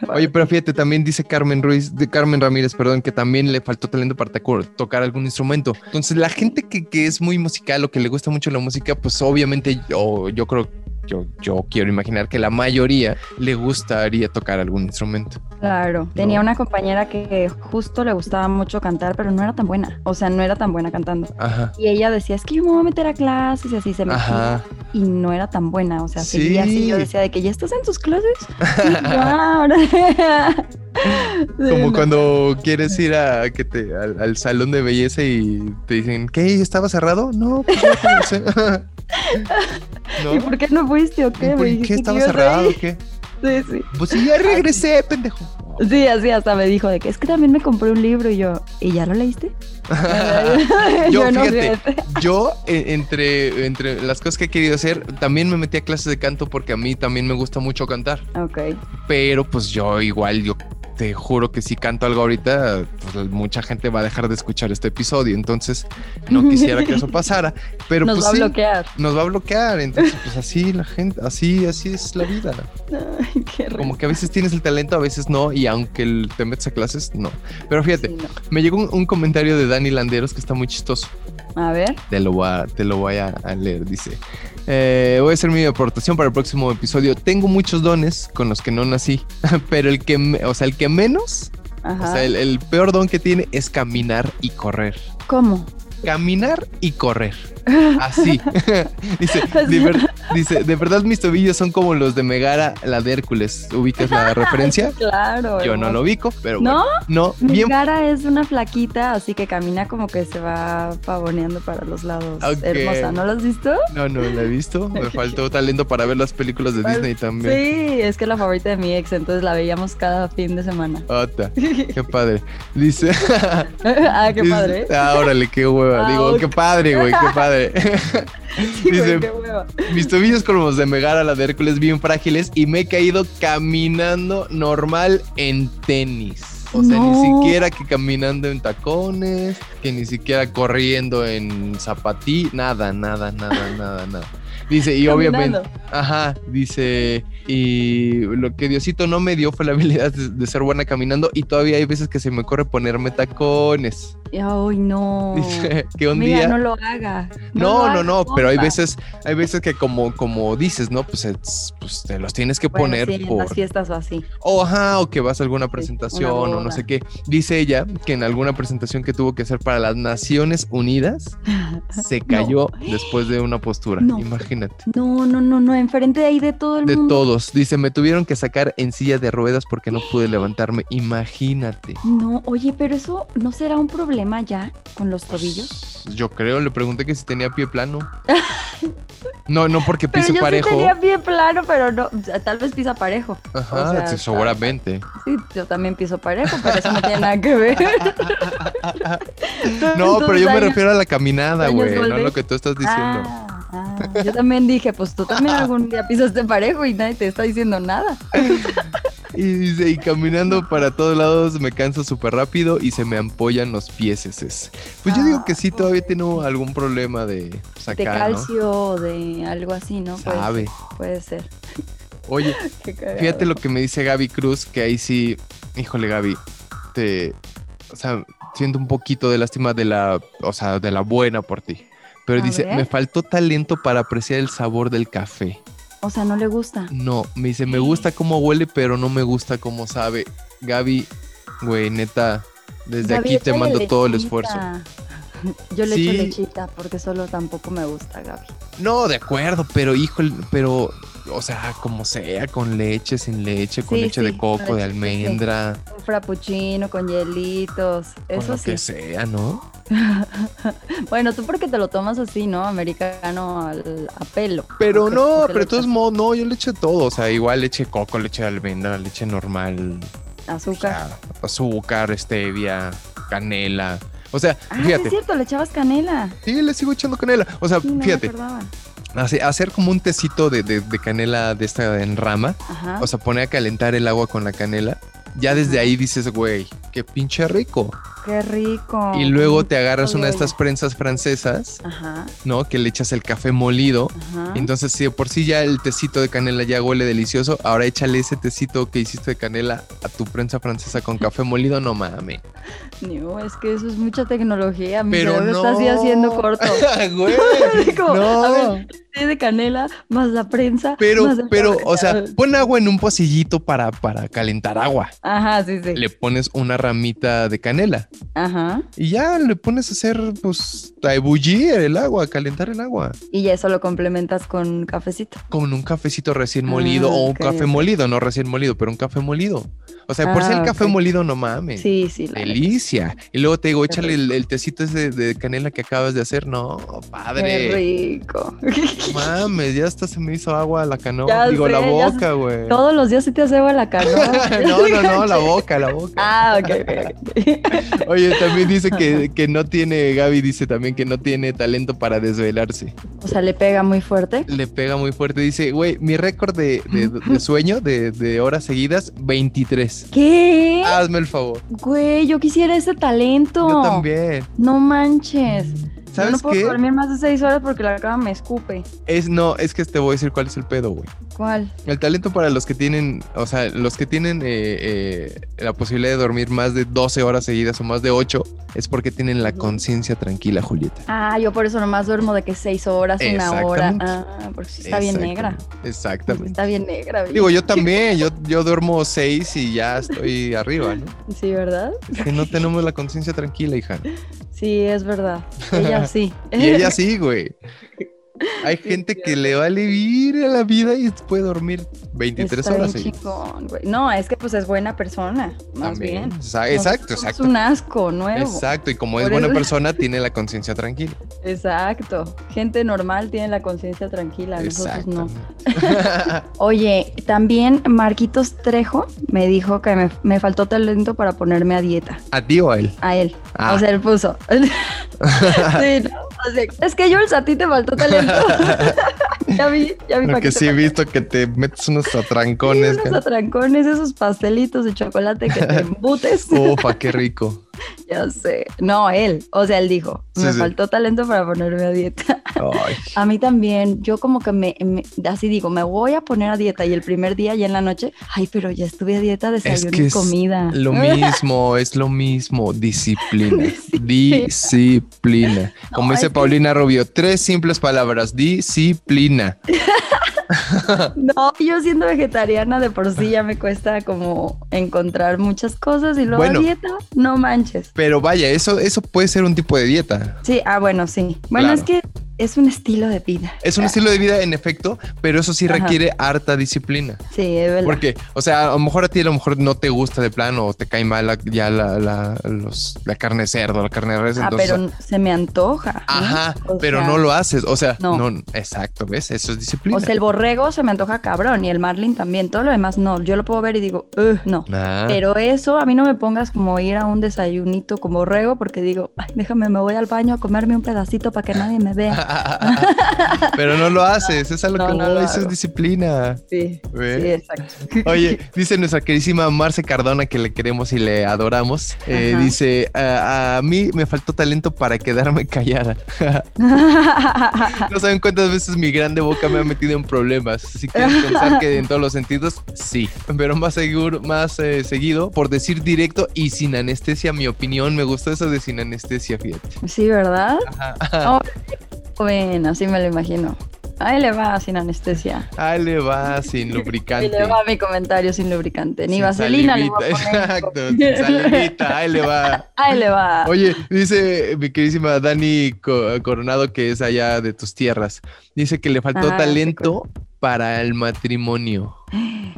Speaker 2: Oye, pero fíjate, también dice Carmen Ruiz, de Carmen Ramírez, perdón, que también le faltó talento para tacu- tocar algún instrumento. Entonces, la gente que, que es muy musical o que le gusta mucho la música, pues obviamente yo, yo creo, yo, yo quiero imaginar que la mayoría le gustaría tocar algún instrumento.
Speaker 1: Claro. Tenía una compañera que justo le gustaba mucho cantar, pero no era tan buena. O sea, no era tan buena cantando.
Speaker 2: Ajá.
Speaker 1: Y ella decía, es que yo me voy a meter a clases y así se metía.
Speaker 2: Ajá.
Speaker 1: Y no era tan buena. O sea,
Speaker 2: Sí.
Speaker 1: seguía así. Yo decía de que ya estás en tus clases. Sí, claro. Sí,
Speaker 2: Como
Speaker 1: no.
Speaker 2: cuando quieres ir a que te al, al salón de belleza y te dicen, ¿qué? ¿Estaba cerrado? No, pues no, no sé". ¿No?
Speaker 1: ¿Y por qué no fuiste o qué? Me
Speaker 2: ¿Por
Speaker 1: dijiste
Speaker 2: qué
Speaker 1: que
Speaker 2: estaba
Speaker 1: ibas a
Speaker 2: cerrado?
Speaker 1: ir.
Speaker 2: o ¿Qué?
Speaker 1: Sí, sí.
Speaker 2: Pues sí, ya regresé, pendejo.
Speaker 1: Sí, así hasta me dijo de que es que también me compré un libro y yo, ¿y ya lo leíste?
Speaker 2: Yo, fíjate.
Speaker 1: fíjate.
Speaker 2: Yo, eh, entre, entre las cosas que he querido hacer, también me metí a clases de canto porque a mí también me gusta mucho cantar.
Speaker 1: Ok.
Speaker 2: Pero pues yo igual, yo te juro que si canto algo ahorita, pues, mucha gente va a dejar de escuchar este episodio. Entonces, no quisiera que eso pasara. Pero
Speaker 1: Nos
Speaker 2: pues
Speaker 1: va
Speaker 2: sí,
Speaker 1: a bloquear.
Speaker 2: nos va a bloquear. Entonces, pues así la gente, así, así es la vida.
Speaker 1: Ay, qué risa.
Speaker 2: Como que a veces tienes el talento, a veces no. Y aunque el- te metes a clases, no. Pero fíjate,
Speaker 1: Sí,
Speaker 2: me llegó un- un comentario de Dani Landeros que está muy chistoso.
Speaker 1: no. A ver.
Speaker 2: Te lo voy a, te lo voy a, a leer, dice. Eh, voy a hacer mi aportación para el próximo episodio. Tengo muchos dones con los que no nací, pero el que, me- o sea, el que menos,
Speaker 1: Ajá.
Speaker 2: o sea, el, el peor don que tiene es caminar y correr.
Speaker 1: ¿Cómo?
Speaker 2: Caminar y correr. Así. dice,
Speaker 1: Así.
Speaker 2: "Diver- Dice, de verdad mis tobillos son como los de Megara, la de Hércules. ¿Ubicas la referencia?
Speaker 1: claro.
Speaker 2: Yo no lo ubico, pero
Speaker 1: ¿No?
Speaker 2: bueno. No, bien.
Speaker 1: Megara es una flaquita, así que camina como que se va pavoneando para los lados.
Speaker 2: Ok.
Speaker 1: Hermosa, ¿no lo has visto?
Speaker 2: No, no la he visto. Me faltó talento para ver las películas de Disney también.
Speaker 1: Sí, es que es la favorita de mi ex, entonces la veíamos cada fin de semana.
Speaker 2: Ota, qué padre. Dice.
Speaker 1: ah, qué
Speaker 2: dice-
Speaker 1: padre.
Speaker 2: Ah, órale, qué hueva.
Speaker 1: Ah,
Speaker 2: Digo,
Speaker 1: ok.
Speaker 2: qué padre, güey, qué padre.
Speaker 1: Sí, güey,
Speaker 2: dice-
Speaker 1: qué hueva.
Speaker 2: Mis tobillos como los de Megara, la de Hércules, bien frágiles y me he caído caminando normal en tenis. O sea,
Speaker 1: No.
Speaker 2: ni siquiera que caminando en tacones, que ni siquiera corriendo en zapatí, nada, nada, nada, nada, nada. Dice, y obviamente,
Speaker 1: Caminando.
Speaker 2: ajá, dice, y lo que Diosito no me dio fue la habilidad de, de ser buena caminando y todavía hay veces que se me corre ponerme tacones.
Speaker 1: Ay, no.
Speaker 2: Dice, que
Speaker 1: Oh.
Speaker 2: un
Speaker 1: Mira,
Speaker 2: día...
Speaker 1: no lo haga.
Speaker 2: No,
Speaker 1: lo
Speaker 2: no, no,
Speaker 1: haga,
Speaker 2: pero hay
Speaker 1: porfa.
Speaker 2: veces, hay veces que como, como dices, ¿no? Pues, es- pues, te los tienes que
Speaker 1: Bueno,
Speaker 2: poner
Speaker 1: sí, en
Speaker 2: por.
Speaker 1: las fiestas o así.
Speaker 2: O ajá, o que vas a alguna
Speaker 1: una
Speaker 2: presentación o no
Speaker 1: boda.
Speaker 2: sé qué. Dice ella que en alguna presentación que tuvo que hacer para las Naciones Unidas se cayó después de una postura.
Speaker 1: No.
Speaker 2: Imagínate.
Speaker 1: No, no, no, no, enfrente de ahí de todo el
Speaker 2: De
Speaker 1: mundo.
Speaker 2: todos. Dice, me tuvieron que sacar en silla de ruedas porque no pude levantarme. Imagínate.
Speaker 1: No, oye, pero eso no será un problema ya con los tobillos.
Speaker 2: Pues, Yo creo, le pregunté que si tenía pie plano. No, no porque
Speaker 1: Pero
Speaker 2: piso
Speaker 1: yo
Speaker 2: parejo.
Speaker 1: sí tenía pie plano, pero no, o sea, tal vez pisa parejo.
Speaker 2: Ajá,
Speaker 1: o sea,
Speaker 2: sí,
Speaker 1: está-
Speaker 2: seguramente.
Speaker 1: Sí, yo también piso parejo, pero eso no tiene nada que ver.
Speaker 2: No, pero yo me
Speaker 1: Entonces,
Speaker 2: refiero a la caminada,
Speaker 1: daños
Speaker 2: güey, no a
Speaker 1: golpes.
Speaker 2: lo que tú estás diciendo.
Speaker 1: Ah, ah, yo también dije, pues tú también algún día pisaste parejo y nadie te está diciendo nada.
Speaker 2: Y dice, y caminando para todos lados me canso súper rápido y se me ampollan los pies. eses. Pues yo digo que sí, todavía tengo algún problema de
Speaker 1: Ah. de
Speaker 2: sacar, ¿no?
Speaker 1: calcio o de algo así, ¿no? Puede-
Speaker 2: Sabe.
Speaker 1: Puede ser.
Speaker 2: Oye,
Speaker 1: Qué cagado.
Speaker 2: fíjate lo que me dice Gaby Cruz, que ahí sí, híjole Gaby, te, o sea, siento un poquito de lástima de la, o sea, de la buena por ti. Pero
Speaker 1: A
Speaker 2: dice,
Speaker 1: ver.
Speaker 2: me faltó talento para apreciar el sabor del café.
Speaker 1: O sea, no le gusta.
Speaker 2: No, me dice, me gusta cómo huele, pero no me gusta cómo sabe. Gaby, güey, neta, desde
Speaker 1: Gaby,
Speaker 2: aquí te
Speaker 1: échale
Speaker 2: mando todo el
Speaker 1: lechita.
Speaker 2: esfuerzo.
Speaker 1: Yo le
Speaker 2: Sí.
Speaker 1: echo lechita porque solo tampoco me gusta, Gaby.
Speaker 2: No, de acuerdo, pero híjole, pero, o sea, como sea, con leche, sin leche, con
Speaker 1: Sí,
Speaker 2: leche
Speaker 1: sí,
Speaker 2: de coco,
Speaker 1: con leche,
Speaker 2: de
Speaker 1: sí, sí.
Speaker 2: almendra,
Speaker 1: Un frappuccino con hielitos,
Speaker 2: con lo
Speaker 1: eso sí.
Speaker 2: que sea, ¿no?
Speaker 1: Bueno, tú porque te lo tomas así, ¿no? Americano al, a pelo.
Speaker 2: Pero
Speaker 1: Porque-
Speaker 2: no,
Speaker 1: porque
Speaker 2: pero
Speaker 1: le
Speaker 2: de todos
Speaker 1: echas
Speaker 2: modos, no, yo le eché todo, o sea, igual leche de coco, leche de almendra, leche normal,
Speaker 1: Azúcar.
Speaker 2: ya, azúcar, stevia, canela. O sea,
Speaker 1: Ah, sí
Speaker 2: fíjate,
Speaker 1: es cierto, le echabas canela.
Speaker 2: sí, le sigo echando canela. O sea,
Speaker 1: Sí, no
Speaker 2: fíjate,
Speaker 1: me acordaba.
Speaker 2: Hace- hacer como un tecito de, de- de canela de esta en rama.
Speaker 1: Ajá.
Speaker 2: O sea, poner a calentar el agua con la canela. Ya desde
Speaker 1: Ajá.
Speaker 2: ahí dices, güey, qué pinche rico.
Speaker 1: Qué rico.
Speaker 2: Y luego te agarras una de
Speaker 1: Oye, oye.
Speaker 2: estas prensas francesas,
Speaker 1: Ajá,
Speaker 2: ¿no? Que le echas el café molido.
Speaker 1: ajá.
Speaker 2: Entonces, si de por sí ya el tecito de canela ya huele delicioso, ahora échale ese tecito que hiciste de canela a tu prensa francesa con café molido, no mames.
Speaker 1: No, es que eso es mucha tecnología. Mi
Speaker 2: Pero
Speaker 1: cerebro está así
Speaker 2: no.
Speaker 1: haciendo corto.
Speaker 2: Güey,
Speaker 1: Como, a
Speaker 2: no.
Speaker 1: ver, té de canela, más la prensa.
Speaker 2: Pero,
Speaker 1: más el-
Speaker 2: pero, o sea, pon agua en un pocillito para, para calentar agua.
Speaker 1: Ajá, sí, sí.
Speaker 2: le pones una ramita de canela
Speaker 1: Ajá.
Speaker 2: y ya le pones a hacer, pues, a ebullir el agua, a calentar el agua
Speaker 1: Y ya eso lo complementas con cafecito.
Speaker 2: con un cafecito recién molido
Speaker 1: Ah,
Speaker 2: o un
Speaker 1: ok,
Speaker 2: café
Speaker 1: ok.
Speaker 2: molido, no recién molido, pero un café molido. O sea, por si
Speaker 1: Ah,
Speaker 2: el café
Speaker 1: ok.
Speaker 2: molido no mames.
Speaker 1: Sí, sí. la neta.
Speaker 2: Delicia. Y luego te digo, échale
Speaker 1: rico.
Speaker 2: el, el tecito ese de, canela que acabas de hacer. No,
Speaker 1: Qué
Speaker 2: padre.
Speaker 1: rico.
Speaker 2: no Mames, ya hasta se me hizo agua la canoa.
Speaker 1: Ya
Speaker 2: Digo, la
Speaker 1: sé, ya sé.
Speaker 2: boca, güey.
Speaker 1: Todos los días se te hace agua la canoa.
Speaker 2: no, no, no, la boca, la boca.
Speaker 1: Ah, ok, ok, ok.
Speaker 2: Oye, también dice que, que no tiene, Gaby dice también que no tiene talento para desvelarse.
Speaker 1: O sea, le pega muy fuerte.
Speaker 2: Le pega muy fuerte. Dice, güey, mi récord de, de- de sueño de, de horas seguidas, 23.
Speaker 1: ¿Qué?
Speaker 2: Hazme el favor.
Speaker 1: Güey, yo quisiera ese talento.
Speaker 2: Ah. Yo también.
Speaker 1: No manches. Yo no
Speaker 2: ¿Sabes
Speaker 1: puedo
Speaker 2: qué?
Speaker 1: dormir más de seis horas porque la cama me escupe.
Speaker 2: Es, no, es que te voy a decir cuál es el pedo, güey.
Speaker 1: ¿Cuál?
Speaker 2: El talento para los que tienen, o sea, los que tienen eh, eh, la posibilidad de dormir más de 12 horas seguidas o más de 8, es porque tienen la
Speaker 1: Ujú.
Speaker 2: conciencia tranquila, Julieta.
Speaker 1: Ah, yo por eso nomás duermo de que seis horas, una hora.
Speaker 2: Exactamente.
Speaker 1: Ah, porque sí está bien negra.
Speaker 2: Exactamente.
Speaker 1: Sí
Speaker 2: Exactamente.
Speaker 1: Está bien negra. bien.
Speaker 2: Digo, yo también, yo, yo duermo seis y ya estoy arriba, ¿no?
Speaker 1: Sí, ¿verdad?
Speaker 2: Es que no tenemos la conciencia tranquila, hija.
Speaker 1: Sí, es verdad. Ella sí.
Speaker 2: Y ella sí, güey. Hay gente que le vale vivir a la vida y puede dormir 23
Speaker 1: Está
Speaker 2: horas.
Speaker 1: bien
Speaker 2: seguidas.
Speaker 1: chingón, güey. No, es que pues es buena persona, más
Speaker 2: También.
Speaker 1: bien.
Speaker 2: Exa- Exacto,
Speaker 1: Nosotros somos
Speaker 2: exacto.
Speaker 1: un asco nuevo.
Speaker 2: Exacto, y como es
Speaker 1: Por
Speaker 2: buena
Speaker 1: eso-
Speaker 2: persona, tiene la conciencia tranquila.
Speaker 1: Exacto. Gente normal tiene la conciencia tranquila, nosotros no.
Speaker 2: Exacto.
Speaker 1: Oye, también Marquitos Trejo me dijo que me, me faltó talento para ponerme a dieta.
Speaker 2: A ti o a él.
Speaker 1: A él.
Speaker 2: Ah.
Speaker 1: O sea, él puso. sí, ¿no? O sea, es que Jules, a ti te faltó talento. ya vi, ya vi. pa' qué
Speaker 2: Porque
Speaker 1: te
Speaker 2: sí he
Speaker 1: faltó.
Speaker 2: visto que te metes unos
Speaker 1: Sí,
Speaker 2: atrancones.
Speaker 1: unos atrancones, esos pastelitos de chocolate que te embutes.
Speaker 2: Ufa, qué rico.
Speaker 1: Ya sé. No, él. O sea, él dijo,
Speaker 2: Sí,
Speaker 1: me
Speaker 2: sí.
Speaker 1: faltó talento para ponerme a dieta.
Speaker 2: Ay.
Speaker 1: A mí también, yo como que me, me- así digo, me voy a poner a dieta y el primer día ya en la noche, ay, pero ya estuve a dieta, desayuno
Speaker 2: que
Speaker 1: y
Speaker 2: es
Speaker 1: comida.
Speaker 2: Lo mismo, es lo mismo. Disciplina. Disciplina. Como
Speaker 1: No,
Speaker 2: dice
Speaker 1: es que-
Speaker 2: Paulina Rubio, tres simples palabras. Disciplina.
Speaker 1: No, yo siendo vegetariana de por
Speaker 2: Ah.
Speaker 1: sí ya me cuesta como encontrar muchas cosas y luego a
Speaker 2: Bueno.
Speaker 1: dieta, no manches.
Speaker 2: Pero vaya, eso, eso puede ser un tipo de dieta.
Speaker 1: Sí, ah, bueno, sí. Bueno,
Speaker 2: Claro.
Speaker 1: es que es un estilo de vida.
Speaker 2: Es un
Speaker 1: Ah,
Speaker 2: estilo de vida, en efecto, pero eso sí
Speaker 1: Ajá.
Speaker 2: requiere harta disciplina.
Speaker 1: Sí, es verdad.
Speaker 2: Porque, o sea, a lo mejor a ti a lo mejor no te gusta de plano o te cae mal la- ya la, la- los- la carne de cerdo, la carne de res.
Speaker 1: ah,
Speaker 2: pues, entonces,
Speaker 1: pero se me antoja. ¿no?
Speaker 2: Ajá,
Speaker 1: O
Speaker 2: pero
Speaker 1: sea,
Speaker 2: no lo haces. O sea,
Speaker 1: no.
Speaker 2: no, exacto, ¿ves? Eso es disciplina.
Speaker 1: O sea, el borrego se me antoja cabrón y el marlin también, todo lo demás no. Yo lo puedo ver y digo, "Ugh, no.
Speaker 2: Ah,
Speaker 1: Pero eso, a mí no me pongas como ir a un desayunito con borrego porque digo, ay, déjame, me voy al baño a comerme un pedacito para que nadie me vea.
Speaker 2: pero no lo haces, es a lo
Speaker 1: No,
Speaker 2: que
Speaker 1: no
Speaker 2: voy,
Speaker 1: lo
Speaker 2: eso es
Speaker 1: hago.
Speaker 2: disciplina.
Speaker 1: Sí,
Speaker 2: ¿Ve?
Speaker 1: sí, exacto.
Speaker 2: ¿Eh? Oye, dice nuestra querísima Marce Cardona, que le queremos y le adoramos. eh,
Speaker 1: Ajá.
Speaker 2: dice: a, a mí me faltó talento para quedarme callada. No saben cuántas veces mi grande boca me ha metido en problemas. Si quieren pensar que en todos los sentidos, sí. Pero más seguro, más eh, seguido, por decir directo y sin anestesia, mi opinión. Me gustó eso de sin anestesia, fíjate.
Speaker 1: sí, ¿verdad?
Speaker 2: Ajá.
Speaker 1: Bueno, así me lo imagino. Ahí le va sin anestesia.
Speaker 2: Ahí Ah, le va sin
Speaker 1: Ahí
Speaker 2: lubricante.
Speaker 1: le va mi comentario sin lubricante. Ni
Speaker 2: Sin
Speaker 1: vaselina le voy a
Speaker 2: salivita,
Speaker 1: poner.
Speaker 2: Exacto, sin salivita, ahí le va.
Speaker 1: Ahí le va.
Speaker 2: Oye, dice mi queridísima Dani Co- Coronado, que es allá de tus tierras, dice que le faltó
Speaker 1: Ah,
Speaker 2: talento para el matrimonio.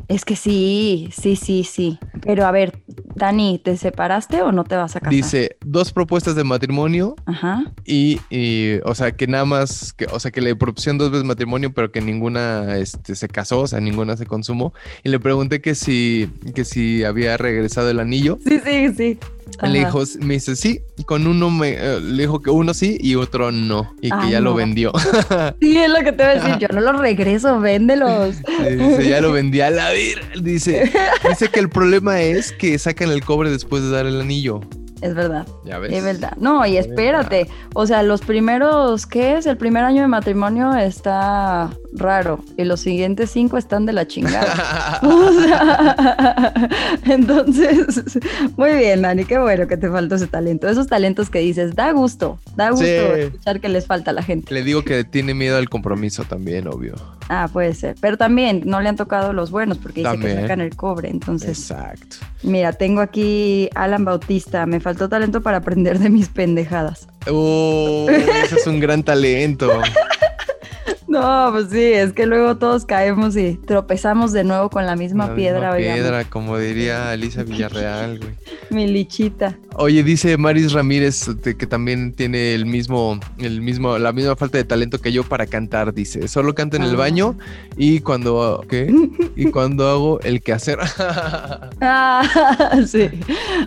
Speaker 1: Es que sí, sí, sí, sí. Pero a ver, Dani, ¿te separaste o no te vas a casar?
Speaker 2: Dice dos propuestas de matrimonio
Speaker 1: Ajá.
Speaker 2: y, y, o sea, que nada más, que, o sea, que le propusieron dos veces matrimonio, pero que ninguna este, se casó, o sea, ninguna se consumó. Y le pregunté que si, que si había regresado el anillo.
Speaker 1: Sí, sí, sí.
Speaker 2: Y Le
Speaker 1: Ajá.
Speaker 2: dijo, me dice, sí, con uno me, eh, le dijo que uno sí y otro no, y que
Speaker 1: Ay,
Speaker 2: ya lo
Speaker 1: Ah, no.
Speaker 2: vendió.
Speaker 1: Sí, es lo que te voy a decir. Yo no los regreso, véndelos.
Speaker 2: Le Dice, ya lo vendí a la vir. Dice, dice que el problema es que sacan el cobre después de dar el anillo.
Speaker 1: Es verdad,
Speaker 2: Ya ves.
Speaker 1: es verdad. No, y
Speaker 2: Es pues. verdad.
Speaker 1: espérate. O sea, los primeros, ¿qué es? El primer año de matrimonio está raro. Y los siguientes cinco están de la chingada. O sea, entonces, muy bien, Dani, qué bueno que te faltó ese talento. Esos talentos que dices, da gusto, da gusto
Speaker 2: Sí.
Speaker 1: escuchar que les falta a la gente.
Speaker 2: Le digo que tiene miedo al compromiso también, obvio.
Speaker 1: Ah, puede ser. Pero también no le han tocado los buenos porque dice
Speaker 2: También.
Speaker 1: que sacan el cobre. Entonces,
Speaker 2: Exacto.
Speaker 1: mira, tengo aquí Alan Bautista. Me faltó talento para aprender de mis pendejadas.
Speaker 2: Oh, ese es un gran talento.
Speaker 1: No, pues sí, es que luego todos caemos y tropezamos de nuevo con la misma
Speaker 2: La
Speaker 1: piedra,
Speaker 2: misma
Speaker 1: oigan,
Speaker 2: piedra, como diría Elisa Villarreal, güey.
Speaker 1: mi lichita.
Speaker 2: Oye, dice Maris Ramírez este, que también tiene el mismo, el mismo, la misma falta de talento que yo para cantar, dice. Solo canto en el
Speaker 1: Ah.
Speaker 2: baño y cuando ¿qué? Y cuando hago el quehacer.
Speaker 1: Ah, sí.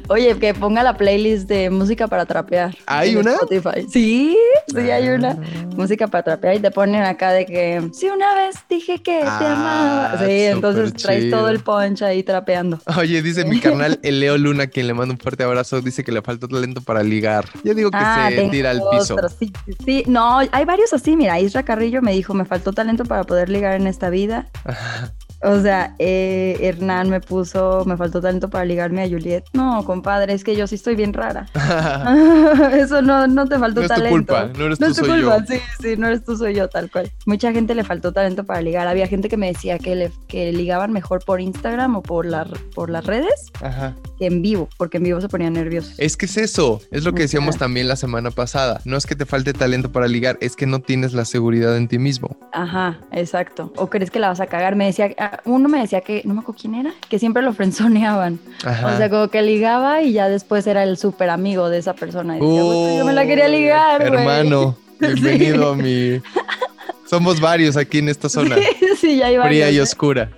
Speaker 1: Oye, que ponga la playlist de música para trapear.
Speaker 2: ¿Hay
Speaker 1: en
Speaker 2: una? Ah.
Speaker 1: Spotify. Sí, sí, hay una. Música para trapear y te ponen acá de que si una vez dije que te
Speaker 2: Ah,
Speaker 1: amaba. Sí, entonces
Speaker 2: súper
Speaker 1: traes
Speaker 2: chido.
Speaker 1: todo el punch ahí trapeando.
Speaker 2: Oye, dice mi carnal el Leo Luna, quien le manda un fuerte abrazo, dice que le falta talento para ligar. Yo digo que se
Speaker 1: tengo
Speaker 2: tira al piso.
Speaker 1: Ah, otro, Sí, sí, sí. no, hay varios así. Mira, Isra Carrillo me dijo, me faltó talento para poder ligar en esta vida. O sea, eh, Hernán me puso, me faltó talento para ligarme a Juliet. No, compadre, es que yo sí estoy bien rara. Eso no, no te faltó
Speaker 2: No es tu
Speaker 1: talento.
Speaker 2: culpa, no eres tú,
Speaker 1: es tu
Speaker 2: soy
Speaker 1: culpa,
Speaker 2: yo.
Speaker 1: sí, sí, no eres tú, soy yo, tal cual. Mucha gente le faltó talento para ligar. Había gente que me decía que, le, que ligaban mejor por Instagram o por, la- por las redes
Speaker 2: Ajá.
Speaker 1: que en vivo, porque en vivo se ponían nerviosos.
Speaker 2: Es que es eso, es lo que decíamos
Speaker 1: Ajá.
Speaker 2: también la semana pasada. No es que te falte talento para ligar, es que no tienes la seguridad en ti mismo.
Speaker 1: Ajá, exacto. O crees que la vas a cagar. Me decía, ah, uno me decía que, no me acuerdo quién era, que siempre lo frenzoneaban.
Speaker 2: Ajá.
Speaker 1: O sea, como que ligaba y ya después era el súper amigo de esa persona. Y decía, "Güey, pues yo me la
Speaker 2: Uy,
Speaker 1: quería ligar, güey".
Speaker 2: Hermano, bienvenido a mi. Somos varios aquí en esta zona,
Speaker 1: Sí, ¿eh? sí, ya iba
Speaker 2: fría y
Speaker 1: yo,
Speaker 2: oscura,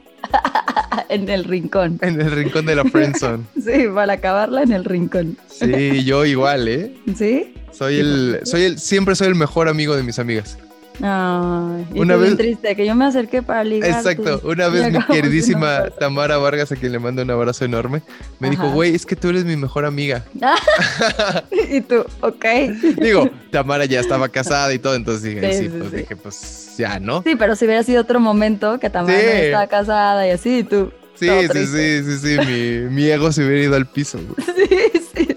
Speaker 1: en el rincón.
Speaker 2: en el rincón de la friendzone.
Speaker 1: Sí, para acabarla en el rincón.
Speaker 2: Sí, yo igual, ¿eh?
Speaker 1: ¿Sí?
Speaker 2: Soy el, soy el, siempre soy el mejor amigo de mis amigas.
Speaker 1: Ay, y
Speaker 2: Una
Speaker 1: tú bien
Speaker 2: vez-
Speaker 1: triste, que yo me acerqué para ligar.
Speaker 2: Exacto.
Speaker 1: tú.
Speaker 2: Una
Speaker 1: Y
Speaker 2: vez mi
Speaker 1: acabamos en
Speaker 2: queridísima
Speaker 1: una-
Speaker 2: Tamara Vargas, a quien le mando un abrazo enorme, me dijo,
Speaker 1: Ajá.
Speaker 2: güey, es que tú eres mi mejor amiga.
Speaker 1: Y tú, ok.
Speaker 2: Digo, Tamara ya estaba casada y todo, entonces dije,
Speaker 1: Sí,
Speaker 2: sí,
Speaker 1: sí,
Speaker 2: pues
Speaker 1: sí.
Speaker 2: dije, pues ya, ¿no?
Speaker 1: Sí, pero si hubiera sido otro momento que Tamara
Speaker 2: Sí.
Speaker 1: no estaba casada y así, y tú.
Speaker 2: Sí,
Speaker 1: todo
Speaker 2: sí, sí,
Speaker 1: triste.
Speaker 2: sí, sí, mi, mi ego se hubiera ido al piso. güey.
Speaker 1: Sí, sí, sí.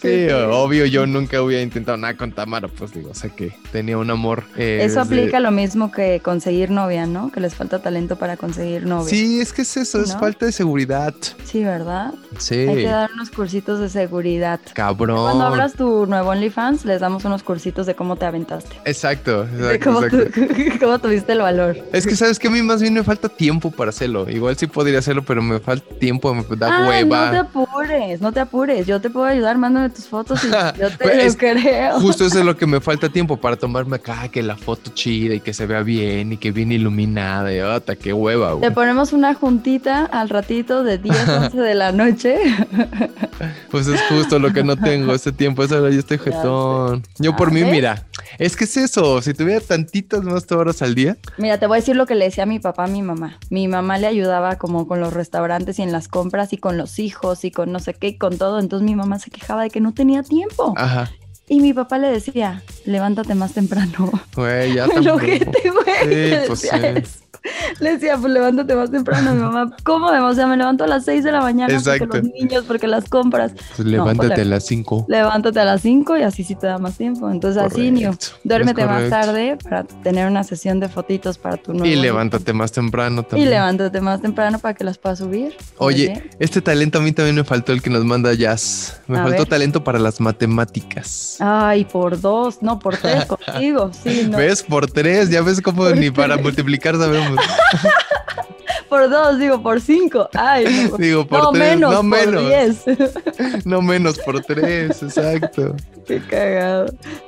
Speaker 2: Sí, obvio, yo nunca hubiera intentado nada con Tamara, pues digo, o sea que tenía un amor. eh,
Speaker 1: Eso
Speaker 2: desde-
Speaker 1: aplica lo mismo que conseguir novia, ¿no? Que les falta talento para conseguir novia.
Speaker 2: Sí, es que es eso, es
Speaker 1: ¿No?
Speaker 2: falta de seguridad.
Speaker 1: Sí, ¿verdad? Hay
Speaker 2: Sí,
Speaker 1: que dar unos cursitos de seguridad. Cuando
Speaker 2: cabrón.
Speaker 1: abras tu nuevo OnlyFans, les damos unos cursitos de cómo te aventaste.
Speaker 2: Exacto,
Speaker 1: De
Speaker 2: exacto,
Speaker 1: cómo,
Speaker 2: exacto.
Speaker 1: tu- cómo tuviste el valor.
Speaker 2: Es que sabes que a mí más bien me falta tiempo para hacerlo. Igual sí podría hacerlo, pero me falta tiempo, me da
Speaker 1: Ah,
Speaker 2: hueva.
Speaker 1: no te apures, no te apures. Yo te puedo ayudar, mándame tus fotos y yo te
Speaker 2: Pero
Speaker 1: lo
Speaker 2: es-
Speaker 1: creo.
Speaker 2: Pues, Justo eso es lo que me falta tiempo para tomarme acá, que la foto chida y que se vea bien y que bien iluminada. Y hasta qué hueva,
Speaker 1: Te
Speaker 2: güey.
Speaker 1: ponemos una juntita al ratito de 10, 11 de la noche.
Speaker 2: Pues es justo lo que no tengo este tiempo. Es ahora yo estoy
Speaker 1: Ya
Speaker 2: jetón. Yo por
Speaker 1: Ah,
Speaker 2: mí,
Speaker 1: ¿ves?
Speaker 2: mira, es que es eso. Si tuviera tantitas más horas al día,
Speaker 1: Mira, te voy a decir lo que le decía a mi papá a mi mamá. Mi mamá le ayudaba como con los restaurantes y en las compras y con los hijos y con no sé qué y con todo. Entonces mi mamá se quejaba de que no tenía tiempo.
Speaker 2: ajá,
Speaker 1: Y mi papá le decía, levántate más temprano.
Speaker 2: güey, ya
Speaker 1: El
Speaker 2: Ah, tampoco.
Speaker 1: ojete, güey.
Speaker 2: Sí,
Speaker 1: le,
Speaker 2: pues
Speaker 1: decía
Speaker 2: sí.
Speaker 1: eso. Le decía, pues levántate más temprano, mi mamá. ¿Cómo? O sea, me levanto a las 6 de la mañana
Speaker 2: Exacto.
Speaker 1: porque los niños, porque las compras.
Speaker 2: Pues levántate
Speaker 1: pues,
Speaker 2: a las 5.
Speaker 1: Levántate a las 5 y así sí te da más tiempo. Entonces así, niño,
Speaker 2: Correcto, es
Speaker 1: pues duérmete más
Speaker 2: correcto.
Speaker 1: tarde pues para tener una sesión de fotitos para tu nuevo.
Speaker 2: Y levántate más temprano
Speaker 1: Y
Speaker 2: también.
Speaker 1: levántate más temprano para que las puedas subir. Muy
Speaker 2: Oye,
Speaker 1: bien.
Speaker 2: este talento a mí también me faltó el que nos manda Jazz. Me
Speaker 1: A
Speaker 2: faltó
Speaker 1: ver.
Speaker 2: talento para las matemáticas.
Speaker 1: Ay, por dos, no, por tres contigo. Sí, no.
Speaker 2: ¿Ves? Por tres, ya ves cómo
Speaker 1: Por
Speaker 2: ni para
Speaker 1: tres.
Speaker 2: multiplicar sabemos.
Speaker 1: Por dos, digo, por cinco. Ay, no, por-
Speaker 2: Digo, por
Speaker 1: no,
Speaker 2: tres,
Speaker 1: menos,
Speaker 2: no
Speaker 1: por
Speaker 2: menos,
Speaker 1: diez.
Speaker 2: no menos por tres, exacto.
Speaker 1: Qué cagado.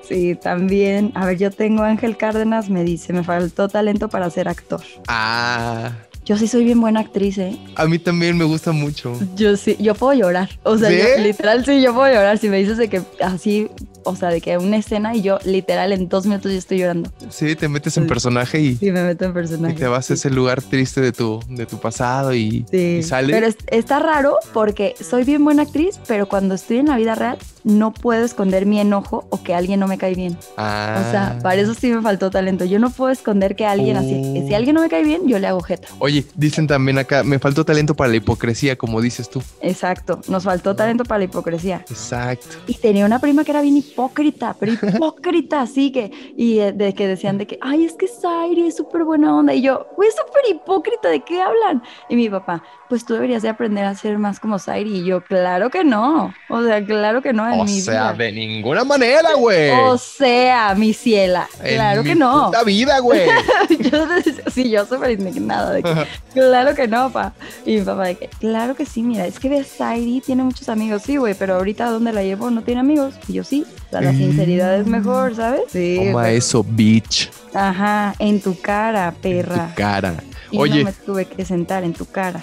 Speaker 1: Sí, también. A ver, yo tengo a Ángel Cárdenas, me dice, me faltó talento para ser actor.
Speaker 2: Ah,
Speaker 1: Yo sí soy bien buena actriz, ¿eh?
Speaker 2: a mí también me gusta mucho.
Speaker 1: Yo sí, yo puedo llorar. O sea,
Speaker 2: ¿Sí?
Speaker 1: yo- literal, sí, yo puedo llorar. Si me dices de que así, o sea, de que una escena y yo literal en dos minutos yo estoy llorando.
Speaker 2: Sí, te metes en personaje y,
Speaker 1: Sí, me meto en
Speaker 2: y
Speaker 1: personaje.
Speaker 2: te vas a ese lugar triste de tu, de tu pasado y,
Speaker 1: Sí.
Speaker 2: y sale.
Speaker 1: Pero es- está raro porque soy bien buena actriz, pero cuando estoy en la vida real no puedo esconder mi enojo o que alguien no me cae bien.
Speaker 2: Ah.
Speaker 1: O sea, para eso sí me faltó talento. Yo no puedo esconder que alguien así,
Speaker 2: Oh.
Speaker 1: que si alguien no me cae bien, yo le hago jeta.
Speaker 2: Oye, dicen también acá, me faltó talento para la hipocresía, como dices tú.
Speaker 1: Exacto, nos faltó talento para la hipocresía.
Speaker 2: Exacto.
Speaker 1: Y tenía una prima que era bien hipócrita, pero hipócrita, así que, y eh, de que decían de que, ay, es que Zaire es súper buena onda. Y yo, güey, es súper hipócrita, ¿de qué hablan? Y mi papá, pues tú deberías de aprender a ser más como Zaire. Y yo, claro que no. O sea, claro que no en
Speaker 2: O
Speaker 1: mi
Speaker 2: sea,
Speaker 1: vida.
Speaker 2: de ninguna manera, güey.
Speaker 1: O sea, mi ciela,
Speaker 2: En
Speaker 1: claro
Speaker 2: mi
Speaker 1: que no.
Speaker 2: puta vida, güey.
Speaker 1: yo, sí, yo súper indignada. de que, claro que no, pa. Y mi papá de que, claro que sí, mira, es que ves, Sairi tiene muchos amigos, sí, güey, pero ahorita ¿dónde la llevo? No tiene amigos. Y yo sí, o sea, la
Speaker 2: Mm. Oh,
Speaker 1: sinceridad es mejor, ¿sabes? Sí.
Speaker 2: Toma
Speaker 1: güey.
Speaker 2: eso, bitch.
Speaker 1: Ajá, en tu cara,
Speaker 2: en tu
Speaker 1: perra.
Speaker 2: cara.
Speaker 1: Y
Speaker 2: Oye.
Speaker 1: no me tuve que sentar en tu cara.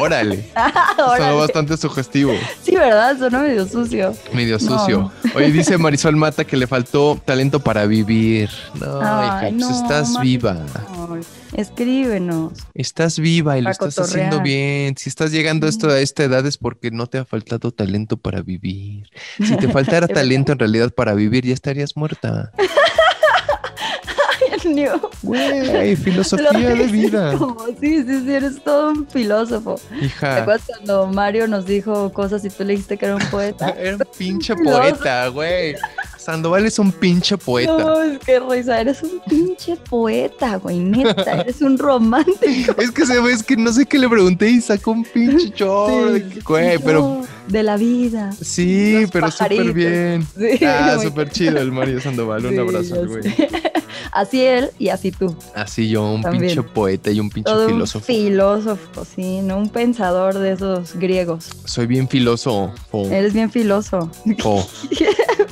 Speaker 2: Órale.
Speaker 1: Ahora,
Speaker 2: Sonó bastante sugestivo,
Speaker 1: sí, ¿verdad? Sonó medio sucio.
Speaker 2: medio
Speaker 1: No.
Speaker 2: sucio. Oye, dice Marisol Mata que le faltó talento para vivir. No,
Speaker 1: Ay,
Speaker 2: hija, pues
Speaker 1: no,
Speaker 2: estás
Speaker 1: Marisol.
Speaker 2: viva.
Speaker 1: Escríbenos.
Speaker 2: Estás viva y lo
Speaker 1: Para
Speaker 2: estás
Speaker 1: cotorrear.
Speaker 2: haciendo bien. Si estás llegando a, esto- a esta edad es porque no te ha faltado talento para vivir. Si te faltara
Speaker 1: De verdad.
Speaker 2: talento en realidad para vivir, ya estarías muerta.
Speaker 1: genio.
Speaker 2: Güey, filosofía de vida.
Speaker 1: Como, sí, sí, sí, eres todo un filósofo. ¿Te
Speaker 2: Hija.
Speaker 1: acuerdas cuando Mario nos dijo cosas y tú le dijiste que era un poeta?
Speaker 2: Era un pinche poeta, güey. Sandoval es un pinche poeta.
Speaker 1: No, es que risa, eres un pinche poeta, güey, neta, eres un romántico.
Speaker 2: Es que se ve, es que no sé qué le pregunté y sacó un pinche chorro.
Speaker 1: Sí,
Speaker 2: Güey,
Speaker 1: sí,
Speaker 2: pero
Speaker 1: yo, De la vida.
Speaker 2: sí,
Speaker 1: Los
Speaker 2: pero súper
Speaker 1: pajaritos.
Speaker 2: bien.
Speaker 1: Sí,
Speaker 2: Ah,
Speaker 1: muy-
Speaker 2: súper chido el Mario Sandoval. Un
Speaker 1: sí, ya
Speaker 2: abrazo, al güey.
Speaker 1: sé. Así él y así tú.
Speaker 2: Así yo, un
Speaker 1: También.
Speaker 2: pinche poeta y un pinche
Speaker 1: Todo
Speaker 2: filósofo.
Speaker 1: un filósofo, sí, ¿no? Un pensador de esos griegos.
Speaker 2: Soy bien filósofo.
Speaker 1: Eres bien filoso.
Speaker 2: Po.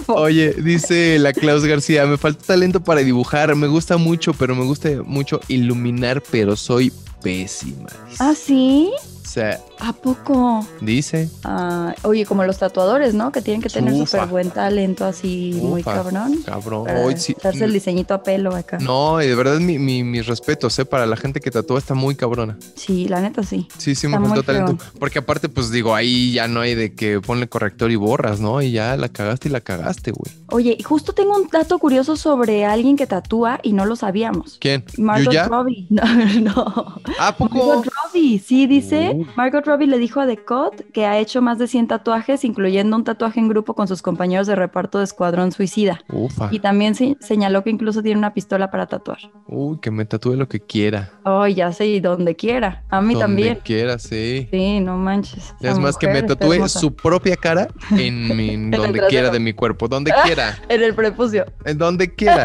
Speaker 2: Oye, dice la Klaus García, me falta talento para dibujar, me gusta mucho, pero me gusta mucho iluminar, pero soy pésima.
Speaker 1: ¿Ah, sí?
Speaker 2: O sea,
Speaker 1: ¿A poco?
Speaker 2: dice,
Speaker 1: Ah, oye, como los tatuadores, ¿no? Que tienen que tener
Speaker 2: Ufa.
Speaker 1: súper buen talento así, muy
Speaker 2: Ufa.
Speaker 1: cabrón.
Speaker 2: cabrón,
Speaker 1: Para
Speaker 2: hoy sí-
Speaker 1: echarse el diseñito a pelo acá.
Speaker 2: No, y de verdad mi- mi- mis respetos, ¿eh? Para la gente que tatúa está muy cabrona.
Speaker 1: Sí, la neta sí.
Speaker 2: Sí, sí me
Speaker 1: Está
Speaker 2: faltó
Speaker 1: muy feo.
Speaker 2: talento. Porque aparte, pues digo, ahí ya no hay de que ponle corrector y borras, ¿no? Y ya la cagaste y la cagaste, güey.
Speaker 1: Oye, y justo tengo un dato curioso sobre alguien que tatúa y no lo sabíamos.
Speaker 2: ¿Quién?
Speaker 1: Margot
Speaker 2: ¿Yuya?
Speaker 1: Robbie. No, no.
Speaker 2: ¿A poco?
Speaker 1: Margot Robbie, sí, dice.
Speaker 2: Uh.
Speaker 1: Margot Robbie le dijo a The Cut que ha hecho más de 100 tatuajes, incluyendo un tatuaje en grupo con sus compañeros de reparto de Escuadrón Suicida.
Speaker 2: Ufa.
Speaker 1: Y también se- señaló que incluso tiene una pistola para tatuar.
Speaker 2: Uy, que me tatúe lo que quiera.
Speaker 1: Ay, ya sé, y donde quiera. A mí
Speaker 2: Donde
Speaker 1: también.
Speaker 2: quiera, sí.
Speaker 1: Sí, no manches.
Speaker 2: Es
Speaker 1: esa
Speaker 2: más, que me
Speaker 1: mujer está
Speaker 2: tatúe
Speaker 1: hermosa.
Speaker 2: su propia cara en mi, en
Speaker 1: el
Speaker 2: donde
Speaker 1: trasero.
Speaker 2: quiera de mi cuerpo. Donde quiera,
Speaker 1: En el prepucio.
Speaker 2: en donde quiera.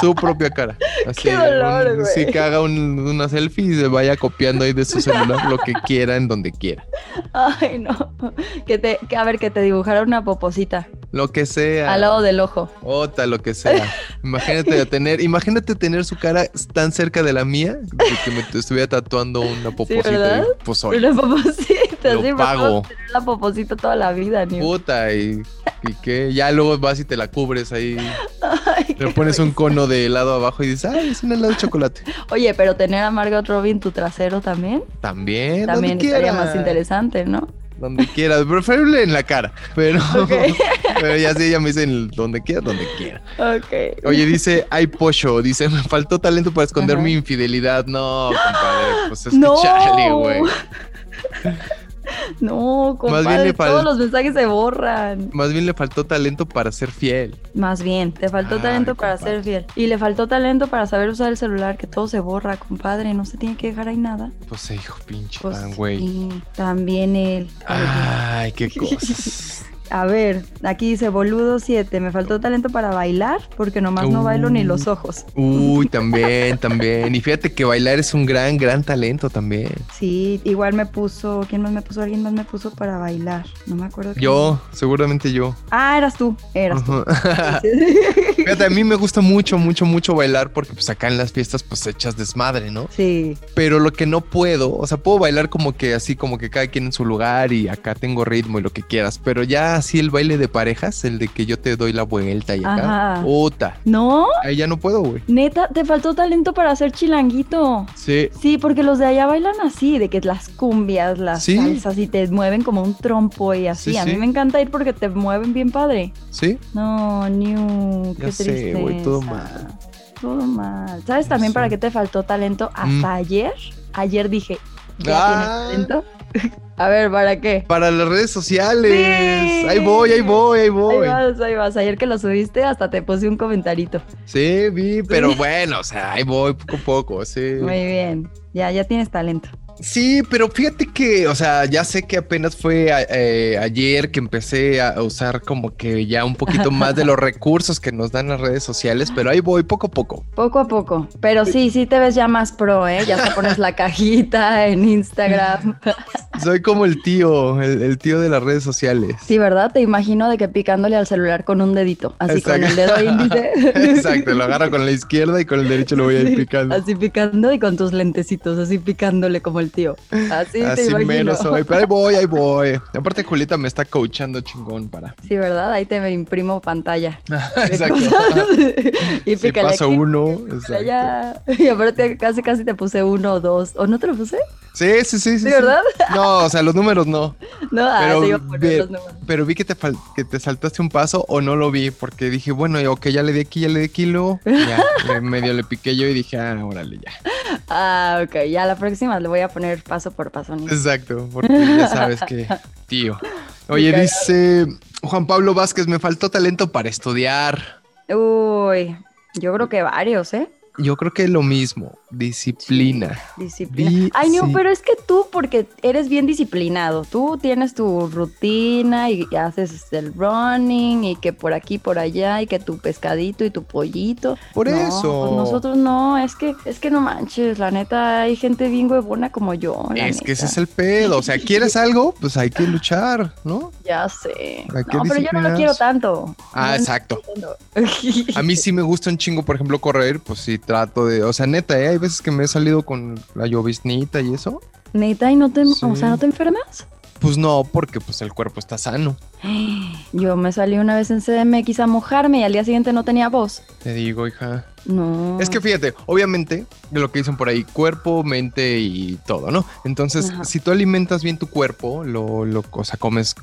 Speaker 2: Su propia cara. Así,
Speaker 1: Qué dolor, güey.
Speaker 2: si que haga un- una selfie y se vaya copiando ahí de su celular lo que quiera en donde quiera.
Speaker 1: Ay, no. Que te, que, a ver, que te dibujara una poposita
Speaker 2: Lo que sea.
Speaker 1: al lado del ojo.
Speaker 2: Ota, lo que sea. Imagínate tener, imagínate tener su cara tan cerca de la mía de que me estuviera tatuando una poposita.
Speaker 1: ¿verdad?
Speaker 2: y, pues soy.
Speaker 1: Una poposita.
Speaker 2: Lo
Speaker 1: sí, por favor,
Speaker 2: pago.
Speaker 1: tener la poposita toda la vida, Niu.
Speaker 2: Puta, y, y que ya luego vas y te la cubres ahí.
Speaker 1: Ay, qué
Speaker 2: Le pones un cono de helado abajo y dices, ay, es un helado de chocolate.
Speaker 1: Oye, pero tener a Margot Robbie en tu trasero también,
Speaker 2: También,
Speaker 1: también
Speaker 2: donde
Speaker 1: estaría
Speaker 2: quiera.
Speaker 1: más interesante, ¿no?
Speaker 2: Donde quiera, preferible en la cara. Pero,
Speaker 1: Ok.
Speaker 2: pero ya sí, ella me dice en donde quiera, donde quiera.
Speaker 1: Ok.
Speaker 2: Oye, dice, ay, pocho, dice, me faltó talento para esconder
Speaker 1: Ajá.
Speaker 2: mi infidelidad. No, compadre, pues es que
Speaker 1: No.
Speaker 2: chale, güey.
Speaker 1: No, compadre,
Speaker 2: bien le fal-
Speaker 1: todos los mensajes se borran.
Speaker 2: Más bien le faltó talento para ser fiel.
Speaker 1: Más bien, te faltó
Speaker 2: Ay,
Speaker 1: talento para
Speaker 2: compadre.
Speaker 1: ser fiel. Y le faltó talento para saber usar el celular, que todo se borra, compadre. No se tiene que dejar ahí nada.
Speaker 2: Pues eh, hijo pinche
Speaker 1: Pues
Speaker 2: pan, güey. Ah.
Speaker 1: sí, también él.
Speaker 2: Ay, qué cosas.
Speaker 1: A ver, aquí dice boludo 7. Me faltó talento para bailar, porque nomás no bailo ni los
Speaker 2: Uh.
Speaker 1: ojos.
Speaker 2: Uy, también, también. Y fíjate que bailar es un gran, gran talento también.
Speaker 1: Sí, igual me puso, ¿quién más me puso? Alguien más me puso para bailar. No me acuerdo. quién.
Speaker 2: Yo, seguramente yo.
Speaker 1: Ah, eras tú, eras tú.
Speaker 2: Ajá.
Speaker 1: Sí,
Speaker 2: Fíjate, a mí me gusta mucho, mucho, mucho bailar porque pues acá en las fiestas pues echas desmadre, ¿no?
Speaker 1: Sí,
Speaker 2: Pero lo que no puedo, o sea, puedo bailar como que así, como que cada quien en su lugar y acá tengo ritmo y lo que quieras, pero ya así el baile de parejas, el de que yo te doy la vuelta y acá,
Speaker 1: Ajá.
Speaker 2: puta,
Speaker 1: ¿No?
Speaker 2: ahí ya no puedo, güey.
Speaker 1: Neta, te faltó talento para hacer chilanguito.
Speaker 2: Sí,
Speaker 1: Sí, porque los de allá bailan así, de que las cumbias, las
Speaker 2: Sí.
Speaker 1: salsas y te mueven como un trompo y así.
Speaker 2: Sí,
Speaker 1: A
Speaker 2: sí.
Speaker 1: mí me encanta ir porque te mueven bien padre.
Speaker 2: sí,
Speaker 1: No, New, qué
Speaker 2: Ya
Speaker 1: triste.
Speaker 2: sé, güey, todo mal.
Speaker 1: Todo mal. ¿Sabes
Speaker 2: Ya
Speaker 1: también para
Speaker 2: sé.
Speaker 1: qué te faltó talento hasta
Speaker 2: Mm.
Speaker 1: ayer? Ayer dije, ¿ya
Speaker 2: Ah.
Speaker 1: tienes talento? A ver, ¿para qué?
Speaker 2: para las redes sociales.
Speaker 1: Sí.
Speaker 2: Ahí voy, ahí voy, ahí voy.
Speaker 1: Ahí vas, ahí vas. Ayer que lo subiste, hasta te puse un comentarito.
Speaker 2: Sí, vi, pero bueno, o sea, ahí voy poco a poco, sí.
Speaker 1: Muy bien. Ya, ya tienes talento.
Speaker 2: Sí, pero fíjate que, o sea, ya sé que apenas fue a- eh, ayer que empecé a usar como que ya un poquito más de los recursos que nos dan las redes sociales, pero ahí voy poco a poco.
Speaker 1: Poco a poco. Pero sí, sí te ves ya más pro, ¿eh? Ya te pones la cajita en Instagram.
Speaker 2: Soy como el tío, el, el tío de las redes sociales.
Speaker 1: Sí, ¿verdad? Te imagino de que picándole al celular con un dedito. Así con
Speaker 2: Exacto.
Speaker 1: el dedo índice.
Speaker 2: Exacto, lo agarro con la izquierda y con el derecho lo voy a ir
Speaker 1: Sí,
Speaker 2: picando.
Speaker 1: Así picando y con tus lentecitos, así picándole como el tío. Así, te
Speaker 2: Así
Speaker 1: imagino.
Speaker 2: menos soy, pero ahí voy, ahí voy. Aparte, Julieta me está coachando chingón para.
Speaker 1: Sí, ¿verdad? Ahí te imprimo pantalla. de
Speaker 2: Exacto.
Speaker 1: cosas. y
Speaker 2: Si
Speaker 1: pícale
Speaker 2: paso
Speaker 1: aquí,
Speaker 2: uno,
Speaker 1: pícale
Speaker 2: exacto.
Speaker 1: allá. Y aparte casi casi te puse uno o dos. ¿O no te lo puse?
Speaker 2: Sí, sí, sí.
Speaker 1: ¿De
Speaker 2: sí, sí.
Speaker 1: verdad?
Speaker 2: No, o sea, los números no.
Speaker 1: No, ah,
Speaker 2: Pero
Speaker 1: te iba a poner
Speaker 2: ve-
Speaker 1: los números.
Speaker 2: Pero vi que te, fal- que te saltaste un paso o no lo vi porque dije, bueno, ok, ya le di aquí, ya le di aquí, luego ya le- medio le piqué yo y dije, ah, órale, ya.
Speaker 1: Ah, ok, ya la próxima le voy a poner paso por paso. ni-
Speaker 2: Exacto, porque ya sabes que, tío. Oye,
Speaker 1: cagaron.
Speaker 2: dice Juan Pablo Vázquez, me faltó talento para estudiar.
Speaker 1: Uy, yo creo que varios, ¿eh?
Speaker 2: Yo creo que lo mismo, disciplina.
Speaker 1: Disciplina.
Speaker 2: Di-
Speaker 1: Ay, no,
Speaker 2: sí.
Speaker 1: pero es que tú, porque eres bien disciplinado, tú tienes tu rutina y haces el running y que por aquí, por allá y que tu pescadito y tu pollito.
Speaker 2: Por
Speaker 1: No,
Speaker 2: eso.
Speaker 1: pues nosotros no, es que, es que no manches, la neta, hay gente bien huevona como yo. la
Speaker 2: es que ese
Speaker 1: neta.
Speaker 2: es el pedo. O sea, quieres algo, pues hay que luchar, ¿no?
Speaker 1: Ya sé.
Speaker 2: Hay que
Speaker 1: No, pero yo no lo
Speaker 2: disciplinarse.
Speaker 1: quiero tanto.
Speaker 2: Ah,
Speaker 1: No, no
Speaker 2: exacto.
Speaker 1: lo quiero tanto.
Speaker 2: A mí sí me gusta un chingo, por ejemplo, correr, pues sí trato de, o sea, neta, ¿eh? hay veces que me he salido con la lloviznita y eso.
Speaker 1: Neta, ¿y no te, o
Speaker 2: Sí.
Speaker 1: sea, no te enfermas?
Speaker 2: Pues no, porque pues el cuerpo está sano,
Speaker 1: Yo me salí una vez en CDMX a mojarme y al día siguiente no tenía voz.
Speaker 2: te digo, hija.
Speaker 1: No.
Speaker 2: Es que fíjate, obviamente, de lo que dicen por ahí, cuerpo, mente y todo, ¿no? Entonces,
Speaker 1: Ajá.
Speaker 2: si tú alimentas bien tu cuerpo, lo, lo, o sea, comes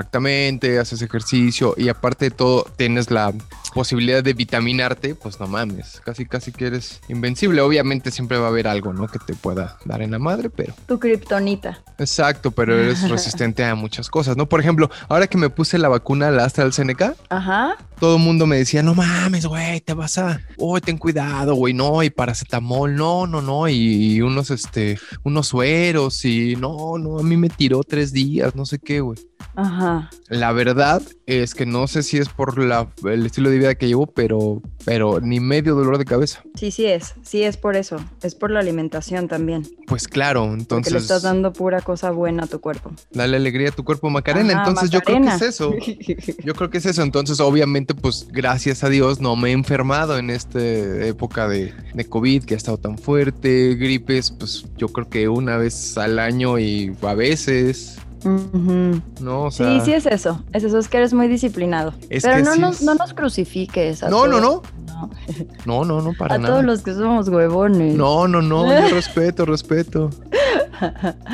Speaker 2: correctamente, haces ejercicio y aparte de todo, tienes la posibilidad de vitaminarte, pues no mames, casi, casi que eres invencible. Obviamente siempre va a haber algo, ¿no? Que te pueda dar en la madre, pero...
Speaker 1: Tu kriptonita.
Speaker 2: Exacto, pero eres resistente a muchas cosas, ¿no? Por ejemplo, ahora que me puse la vacuna, la AstraZeneca,
Speaker 1: Ajá.
Speaker 2: todo el mundo me decía, no mames, güey, te vas a, oh, ten cuidado, güey, no, y paracetamol, no, no, no, y, y unos, este, unos sueros, y no, no, a mí me tiró tres días, no sé qué, güey.
Speaker 1: Ajá.
Speaker 2: La verdad es que no sé si es por la, el estilo de vida que llevo, pero, pero ni medio dolor de cabeza.
Speaker 1: Sí, sí es. Sí es por eso. Es por la alimentación también.
Speaker 2: Pues claro,
Speaker 1: Porque le
Speaker 2: entonces,
Speaker 1: estás dando pura cosa buena a tu cuerpo.
Speaker 2: dale alegría a tu cuerpo, Macarena,
Speaker 1: Ajá,
Speaker 2: entonces yo creo
Speaker 1: Macarena.
Speaker 2: que es eso. Yo creo que es eso. Entonces, obviamente, pues gracias a Dios no me he enfermado en esta época de, de COVID que ha estado tan fuerte. Gripes, pues yo creo que una vez al año y a veces,
Speaker 1: Ujú.
Speaker 2: ¿no? O sea,
Speaker 1: Sí, sí es eso. Es eso, es que eres muy disciplinado.
Speaker 2: Es
Speaker 1: Pero
Speaker 2: que
Speaker 1: no,
Speaker 2: sí
Speaker 1: nos,
Speaker 2: es-
Speaker 1: no nos crucifiques. a
Speaker 2: No, no,
Speaker 1: todos.
Speaker 2: No, no, no, para
Speaker 1: A
Speaker 2: nada.
Speaker 1: todos los que somos huevones.
Speaker 2: No, no, no, yo respeto, respeto.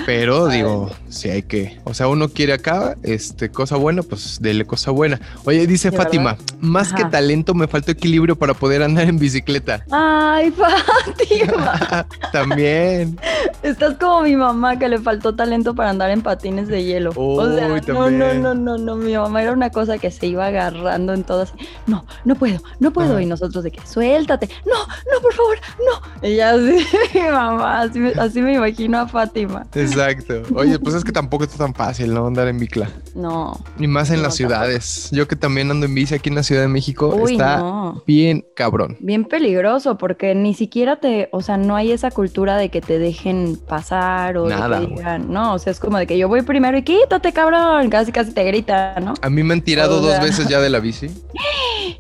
Speaker 2: Pero digo, si hay que, o sea, uno quiere acá, este, cosa buena, pues dele cosa buena. Oye, dice
Speaker 1: Sí,
Speaker 2: Fátima, más que
Speaker 1: Ajá.
Speaker 2: talento me falta equilibrio para poder andar en bicicleta.
Speaker 1: Ay, Fátima.
Speaker 2: También.
Speaker 1: Estás como mi mamá que le faltó talento para andar en patines de hielo. o sea, no,
Speaker 2: Uy,
Speaker 1: no,
Speaker 2: también.
Speaker 1: no, no, no. Mi mamá era una cosa que se iba agarrando en todas. No, no puedo, no puedo.
Speaker 2: Ajá.
Speaker 1: Y nosotros de que suéltate. No, no, por favor, no. Ella así, mi mamá, así, me- así me imagino a Fátima.
Speaker 2: Exacto. Oye, pues es que tampoco está tan fácil, ¿no? Andar en bicla.
Speaker 1: No.
Speaker 2: Y más en
Speaker 1: No,
Speaker 2: las
Speaker 1: tampoco.
Speaker 2: ciudades. Yo que también ando en bici aquí en la Ciudad de México,
Speaker 1: Uy,
Speaker 2: está
Speaker 1: no.
Speaker 2: bien cabrón.
Speaker 1: Bien peligroso porque ni siquiera te, o sea, no hay esa cultura de que te dejen pasar o de que
Speaker 2: Nada, güey.
Speaker 1: digan, no, o sea, es como de que yo voy primero y quítate, cabrón, casi casi te gritan, ¿no?
Speaker 2: A mí me han tirado
Speaker 1: O
Speaker 2: dos
Speaker 1: sea.
Speaker 2: veces ya de la bici.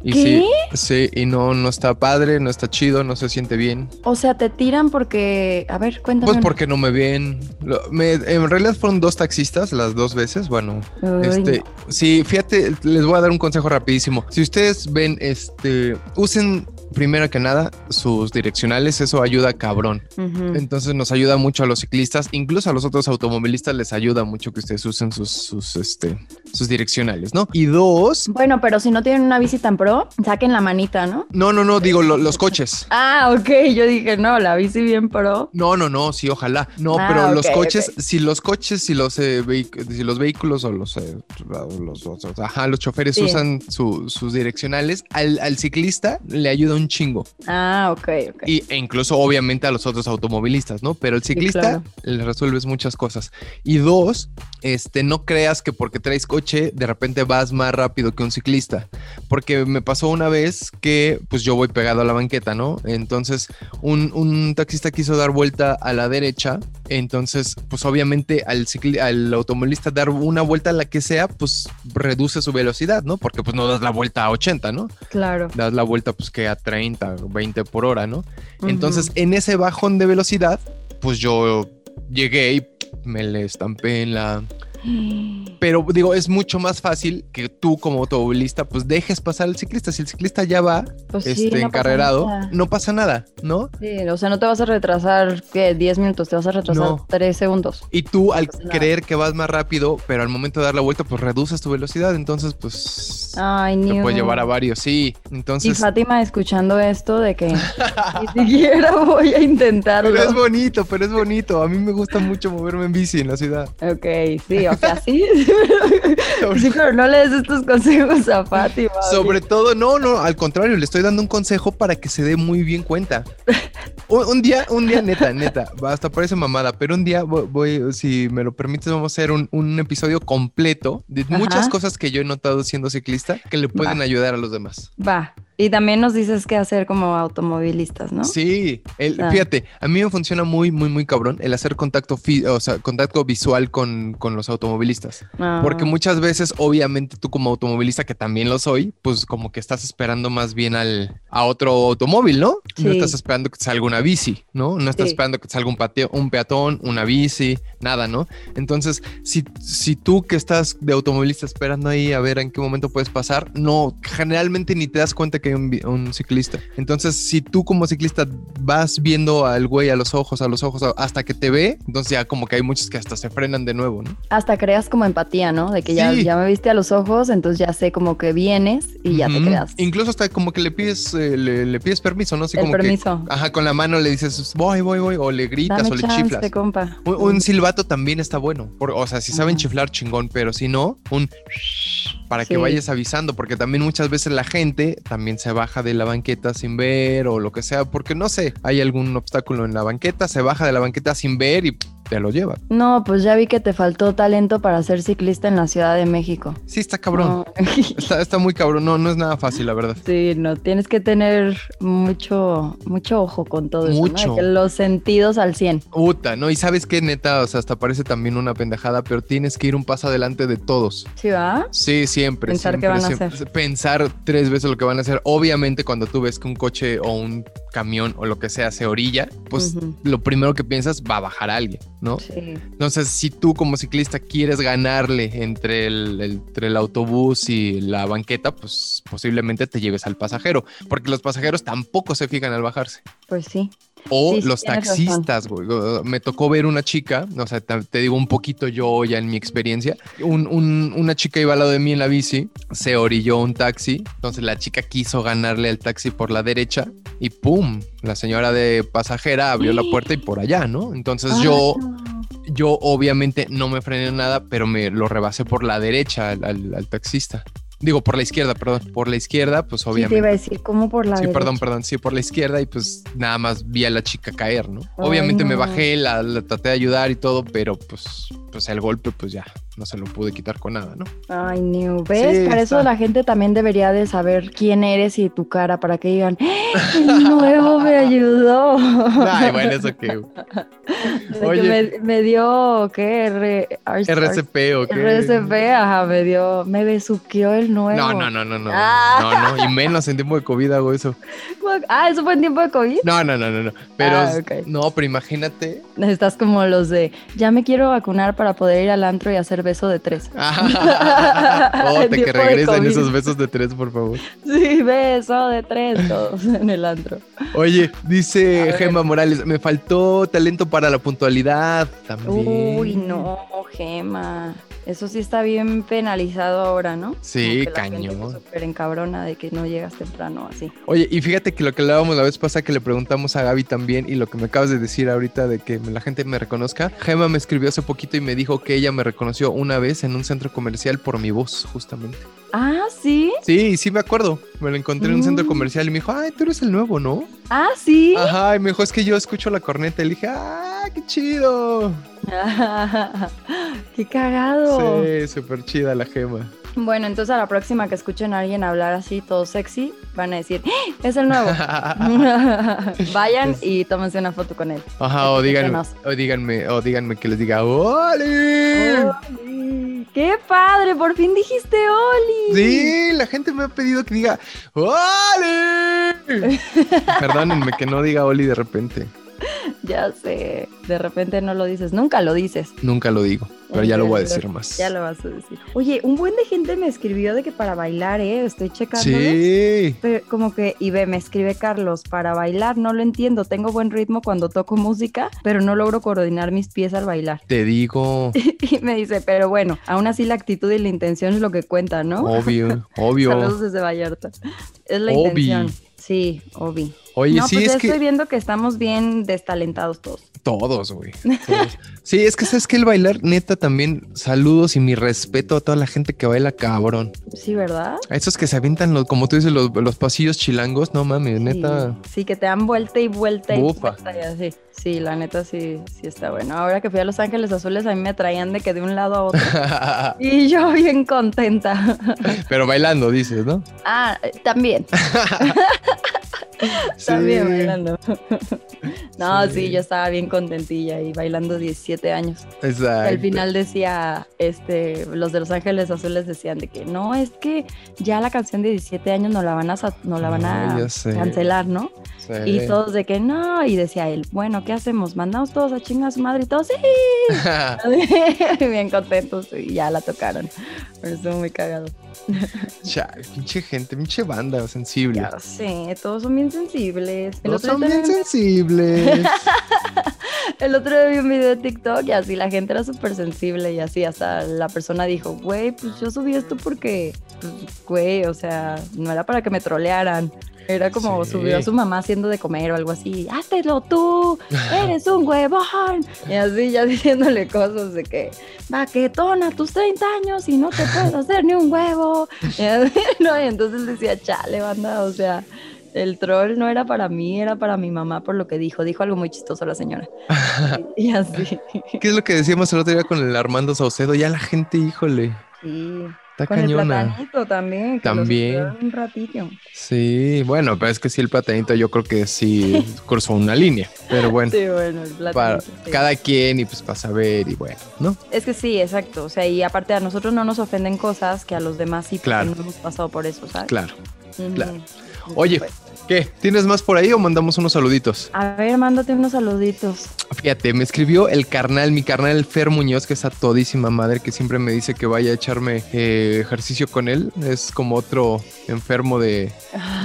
Speaker 2: Y
Speaker 1: ¿Qué?
Speaker 2: sí, sí, y no, no está padre, no está chido, no se siente bien.
Speaker 1: O sea, te tiran porque. A ver, cuéntame.
Speaker 2: Pues
Speaker 1: una.
Speaker 2: porque no me ven. Lo- me- en realidad fueron dos taxistas las dos veces. Bueno,
Speaker 1: Uy,
Speaker 2: Este, sí, fíjate, les voy a dar un consejo rapidísimo. Si ustedes ven, este, usen primero que nada sus direccionales, eso ayuda cabrón.
Speaker 1: no. Ujú.
Speaker 2: Entonces nos ayuda mucho a los ciclistas, incluso a los otros automovilistas les ayuda mucho que ustedes usen sus, sus, este, sus direccionales, ¿no? Y dos,
Speaker 1: Bueno, pero si no tienen una bici tan pro, saquen la manita, ¿no?
Speaker 2: no, no, no, digo lo- los coches.
Speaker 1: Ah, ok. Yo dije, no, la bici bien pro.
Speaker 2: No, no, no, sí, ojalá. No,
Speaker 1: Ah,
Speaker 2: pero los
Speaker 1: ok,
Speaker 2: coches, si los coches, si los, eh, vehic- si los vehículos o los, eh, o los, o los- ajá, los choferes
Speaker 1: Sí.
Speaker 2: usan su- sus direccionales, al, al ciclista le ayuda un chingo.
Speaker 1: Ah, ok, ok.
Speaker 2: Y, e incluso, obviamente, a los otros automovilistas, ¿no? Pero el ciclista
Speaker 1: claro.
Speaker 2: le resuelves muchas cosas. Y dos, este, no creas que porque traes coche, de repente vas más rápido que un ciclista. Porque me pasó una vez que, pues yo voy pegado a la banqueta, ¿no? Entonces, un, un taxista quiso dar vuelta a la derecha. Entonces, pues obviamente, al, cicli- al automovilista dar una vuelta a la que sea, pues reduce su velocidad, ¿no? Porque pues no das la vuelta a 80, ¿no?
Speaker 1: Claro.
Speaker 2: das la vuelta pues que a 30, 20 por hora, ¿no? Entonces en ese bajón de velocidad, pues yo llegué y me le estampé en la, Pero digo, es mucho más fácil que tú como automovilista pues dejes pasar al ciclista. Si el ciclista ya va
Speaker 1: Pues sí,
Speaker 2: este,
Speaker 1: no pasa
Speaker 2: encarrerado,
Speaker 1: nada.
Speaker 2: no pasa nada, ¿no?
Speaker 1: Sí, o sea, no te vas a retrasar, ¿qué? 10 minutos, te vas a retrasar
Speaker 2: No.
Speaker 1: 3 segundos.
Speaker 2: Y tú al
Speaker 1: pasa nada.
Speaker 2: creer que vas más rápido, pero al momento de dar la vuelta pues reduces tu velocidad, entonces pues
Speaker 1: Ay,
Speaker 2: te
Speaker 1: no.
Speaker 2: puede llevar a varios, sí.
Speaker 1: Ah, Y
Speaker 2: Entonces...
Speaker 1: Fátima escuchando esto de que ni siquiera voy a intentarlo.
Speaker 2: Pero es bonito, pero es bonito. A mí me gusta mucho moverme en bici en la ciudad.
Speaker 1: Ok, sí, o sea, sí. pero, sí, pero no le des estos consejos a Fátima.
Speaker 2: Sobre todo, no, no, al contrario, le estoy dando un consejo para que se dé muy bien cuenta. Un, un día, un día, neta, neta, hasta parece mamada, pero un día vo- voy, si me lo permites, vamos a hacer un, un episodio completo de
Speaker 1: Ajá.
Speaker 2: muchas cosas que yo he notado siendo ciclista que le pueden
Speaker 1: Va.
Speaker 2: ayudar a los demás.
Speaker 1: Va. Y también nos dices qué hacer como automovilistas, ¿no?
Speaker 2: Sí, el,
Speaker 1: Ah.
Speaker 2: fíjate, a mí me funciona muy, muy, muy cabrón el hacer contacto, fi- o sea, contacto visual con, con los automovilistas.
Speaker 1: Ah,
Speaker 2: Porque muchas veces, obviamente, tú como automovilista, que también lo soy, pues como que estás esperando más bien al, a otro automóvil, ¿no?
Speaker 1: Sí.
Speaker 2: No estás esperando que te salga una bici, ¿no? No estás
Speaker 1: Sí.
Speaker 2: esperando que te salga un, pateo, un peatón, una bici, nada, ¿no? Entonces, si, si tú que estás de automovilista esperando ahí a ver en qué momento puedes pasar, no, generalmente ni te das cuenta que hay un, vi- un ciclista. Entonces, si tú como ciclista vas viendo al güey a los ojos, a los ojos, a- hasta que te ve, entonces ya como que hay muchos que hasta se frenan de nuevo, ¿no?
Speaker 1: Hasta creas como empatía, ¿no? De que ya,
Speaker 2: Sí.
Speaker 1: ya me viste a los ojos, entonces ya sé como que vienes y ya te
Speaker 2: Ujú.
Speaker 1: quedas.
Speaker 2: Incluso hasta como que le pides, eh, le, le pides permiso, ¿no? Así
Speaker 1: El
Speaker 2: como
Speaker 1: permiso.
Speaker 2: que. Ajá, con la mano le dices, voy, voy, voy, o le gritas
Speaker 1: Dame
Speaker 2: o le
Speaker 1: chance,
Speaker 2: chiflas.
Speaker 1: compa.
Speaker 2: Un, un silbato también está bueno. por- o sea, si saben
Speaker 1: Ajá.
Speaker 2: chiflar, chingón, pero si no, un para que
Speaker 1: Sí.
Speaker 2: vayas avisando, porque también muchas veces la gente también se baja de la banqueta sin ver o lo que sea, porque no sé, hay algún obstáculo en la banqueta, se baja de la banqueta sin ver y te lo lleva.
Speaker 1: No, pues ya vi que te faltó talento para ser ciclista en la Ciudad de México.
Speaker 2: Sí, está cabrón.
Speaker 1: No.
Speaker 2: Está, está muy cabrón. No, no es nada fácil, la verdad.
Speaker 1: Sí, no, tienes que tener mucho, mucho ojo con todo eso, ¿no? De
Speaker 2: Mucho.
Speaker 1: que los sentidos al 100.
Speaker 2: Puta, ¿no? Y sabes qué, neta, o sea, hasta parece también una pendejada, pero tienes que ir un paso adelante de todos.
Speaker 1: ¿Sí va?
Speaker 2: Sí, siempre.
Speaker 1: Pensar qué
Speaker 2: siempre,
Speaker 1: van a
Speaker 2: siempre.
Speaker 1: hacer.
Speaker 2: Pensar tres veces lo que van a hacer. Obviamente, cuando tú ves que un coche o un camión o lo que sea se orilla, pues
Speaker 1: Ujú.
Speaker 2: lo primero que piensas va a bajar alguien, ¿no?
Speaker 1: Sí.
Speaker 2: Entonces, si tú como ciclista quieres ganarle entre el, el- entre el autobús y la banqueta, pues posiblemente te lleves al pasajero, porque los pasajeros tampoco se fijan al bajarse.
Speaker 1: Pues sí.
Speaker 2: O
Speaker 1: Sí, sí,
Speaker 2: los
Speaker 1: tienes razón.
Speaker 2: taxistas, güey. Uh, Me tocó ver una chica, o sea, ta- te digo un poquito yo ya en mi experiencia. Un- un- una chica iba al lado de mí en la bici, se orilló un taxi, entonces la chica quiso ganarle al taxi por la derecha y ¡pum! La señora de pasajera abrió la puerta y por allá, ¿no? Entonces yo,
Speaker 1: Ah, no.
Speaker 2: yo obviamente no me frené en nada, pero me lo rebasé por la derecha al, al- al taxista. Digo, por la izquierda, perdón. Por la izquierda, pues
Speaker 1: Sí, te
Speaker 2: obviamente.
Speaker 1: iba a decir, ¿cómo por la
Speaker 2: Sí,
Speaker 1: derecha?
Speaker 2: perdón, perdón, sí, por la izquierda y pues nada más vi a la chica caer, ¿no?
Speaker 1: Ay,
Speaker 2: Obviamente me
Speaker 1: no.
Speaker 2: bajé, la, la traté de ayudar y todo, pero pues, pues el golpe pues ya no se lo pude quitar con nada, ¿no?
Speaker 1: Ay, New. ¿Ves?
Speaker 2: Sí,
Speaker 1: para eso
Speaker 2: está.
Speaker 1: la gente también debería de saber quién eres y tu cara para que digan, ¡Ah! el nuevo me ayudó.
Speaker 2: Ay, bueno, eso que
Speaker 1: De que
Speaker 2: Oye.
Speaker 1: me, me dio, ¿qué? R-
Speaker 2: RCP o qué.
Speaker 1: RCP, ajá, me dio, me besuqueó el nuevo.
Speaker 2: No, no, no, no, no.
Speaker 1: Ah.
Speaker 2: No, no, y menos en tiempo de COVID hago eso.
Speaker 1: Ah, ¿eso fue en tiempo de COVID?
Speaker 2: No, no, no, no, no. Pero
Speaker 1: Ah, ok.
Speaker 2: no, pero imagínate.
Speaker 1: Estás como los de, ya me quiero vacunar para poder ir al antro y hacer beso de tres.
Speaker 2: Oh,
Speaker 1: En
Speaker 2: te que
Speaker 1: tiempo de
Speaker 2: regresen
Speaker 1: COVID.
Speaker 2: esos besos de tres, por favor.
Speaker 1: Sí, beso de tres, todos en el antro.
Speaker 2: Oye,
Speaker 1: A
Speaker 2: dice
Speaker 1: ver.
Speaker 2: Gemma Morales, me faltó talento para la puntualidad también.
Speaker 1: Uy, no, Gema. Eso sí está bien penalizado ahora, ¿no?
Speaker 2: Sí,
Speaker 1: Como que la gente,
Speaker 2: cañón.
Speaker 1: pues, Súper encabrona de que no llegas temprano así.
Speaker 2: Oye, y fíjate que lo que hablábamos la vez pasada que le preguntamos a Gaby también y lo que me acabas de decir ahorita de que la gente me reconozca, Gema me escribió hace poquito y me dijo que ella me reconoció una vez en un centro comercial por mi voz, justamente.
Speaker 1: Ah, sí.
Speaker 2: Sí, sí me acuerdo. Me lo encontré en un centro
Speaker 1: Mm.
Speaker 2: comercial y me dijo, ay, tú eres el nuevo, ¿no?
Speaker 1: Ah, sí.
Speaker 2: Ajá, y me dijo, es que yo escucho la corneta y le dije, ah, qué chido.
Speaker 1: Qué cagado.
Speaker 2: Ah. Sí, súper chida la Gema.
Speaker 1: Bueno, entonces a la próxima que escuchen a alguien hablar así, todo sexy, van a decir, "¡Ah! es el nuevo. Vayan y tómense una foto con él.
Speaker 2: Ajá, o díganme,
Speaker 1: Etiquétenos.
Speaker 2: o díganme, o díganme que les diga, ¡Oli!
Speaker 1: ¡Oli! ¡Qué padre! Por fin dijiste Oli.
Speaker 2: Sí, la gente me ha pedido que diga ¡Oli! Perdónenme que no diga Oli de repente.
Speaker 1: ya sé. De repente no lo dices, nunca lo dices.
Speaker 2: Nunca lo digo, pero ya lo voy a decir más.
Speaker 1: Ya lo vas a decir. Oye, un buen de gente me escribió de que para bailar, ¿eh? Estoy checando.
Speaker 2: Sí.
Speaker 1: Pero como que, y ve, me escribe Carlos, para bailar no lo entiendo. Tengo buen ritmo cuando toco música, pero no logro coordinar mis pies al bailar.
Speaker 2: Te digo.
Speaker 1: y me dice, pero bueno, aún así la actitud y la intención es lo que cuenta, ¿no?
Speaker 2: Obvio, obvio.
Speaker 1: Saludos desde Vallarta. Es la
Speaker 2: Obi.
Speaker 1: intención. Sí, obvio.
Speaker 2: Oye,
Speaker 1: no,
Speaker 2: sí,
Speaker 1: pues
Speaker 2: es
Speaker 1: ya
Speaker 2: que
Speaker 1: estoy viendo que estamos bien destalentados todos.
Speaker 2: todos, güey. todos. Sí, es que sabes que el bailar, neta, también saludos y mi respeto a toda la gente que baila cabrón.
Speaker 1: Sí, ¿verdad?
Speaker 2: A esos que se avientan, los, como tú dices, los, los pasillos chilangos, no mames, neta.
Speaker 1: Sí, sí, que te dan vuelta y vuelta y
Speaker 2: Ufa.
Speaker 1: vuelta y así. Sí, la neta sí, sí está bueno. Ahora que fui a Los Ángeles Azules, a mí me traían de que de un lado a otro. Y yo bien contenta.
Speaker 2: Pero bailando, dices, ¿no?
Speaker 1: Ah, eh, también, también bailando. No, sí.
Speaker 2: Sí.
Speaker 1: yo estaba bien contentilla y bailando 17 años.
Speaker 2: Exacto.
Speaker 1: Al final decía, este, los de Los Ángeles Azules decían de que no, es que ya la canción de 17 años no la van a, sa- no la van
Speaker 2: No,
Speaker 1: a
Speaker 2: ya sé.
Speaker 1: cancelar, ¿no?
Speaker 2: Sí.
Speaker 1: Y todos de que no, y decía él, bueno, ¿qué hacemos? ¿Mandamos todos a chingar a su madre? Y todos, sí, bien contentos, y ya la tocaron. Pero estuvo muy cagado.
Speaker 2: Chale, pinche gente, pinche banda sensible.
Speaker 1: Ya sé, todos son bien sensibles. El
Speaker 2: No
Speaker 1: otro,
Speaker 2: son
Speaker 1: día
Speaker 2: bien
Speaker 1: también-
Speaker 2: sensibles.
Speaker 1: el otro día vi un video de TikTok y así la gente era súper sensible y así hasta la persona dijo, güey, pues yo subí esto porque, pues, güey, o sea, no era para que me trolearan. Era como
Speaker 2: Sí.
Speaker 1: subió a su mamá haciendo de comer o algo así, háztelo tú, eres un huevón. Y así ya diciéndole cosas de que, vaquetona, tus 30 años y no te puedo hacer ni un huevo. Y así, ¿no? Y entonces decía, chale, banda, o sea, el troll no era para mí, era para mi mamá por lo que dijo. Dijo algo muy chistoso la señora. Y, y así.
Speaker 2: ¿Qué es lo que decíamos el otro día con el Armando Saucedo? Ya la gente, híjole,
Speaker 1: Sí.
Speaker 2: está
Speaker 1: Con el
Speaker 2: cañona.
Speaker 1: platanito también. que lo
Speaker 2: También.
Speaker 1: superaron Un ratillo.
Speaker 2: Sí, bueno, pero es que sí, el platanito yo creo que sí cruzó una línea. Pero bueno,
Speaker 1: Sí, bueno, el platanito.
Speaker 2: para
Speaker 1: sí.
Speaker 2: cada quien y pues para saber y bueno, ¿no?
Speaker 1: Es que sí, exacto. O sea, y aparte a nosotros no nos ofenden cosas que a los demás sí, porque
Speaker 2: Claro.
Speaker 1: no hemos pasado por eso, ¿sabes?
Speaker 2: Claro.
Speaker 1: Ujú. pues,
Speaker 2: claro. Oye, ¿qué? ¿Tienes más por ahí o mandamos unos saluditos?
Speaker 1: A ver, mándate unos saluditos.
Speaker 2: Fíjate, me escribió el carnal, mi carnal Fer Muñoz, que es a todísima madre, que siempre me dice que vaya a echarme eh, ejercicio con él. Es como otro enfermo de,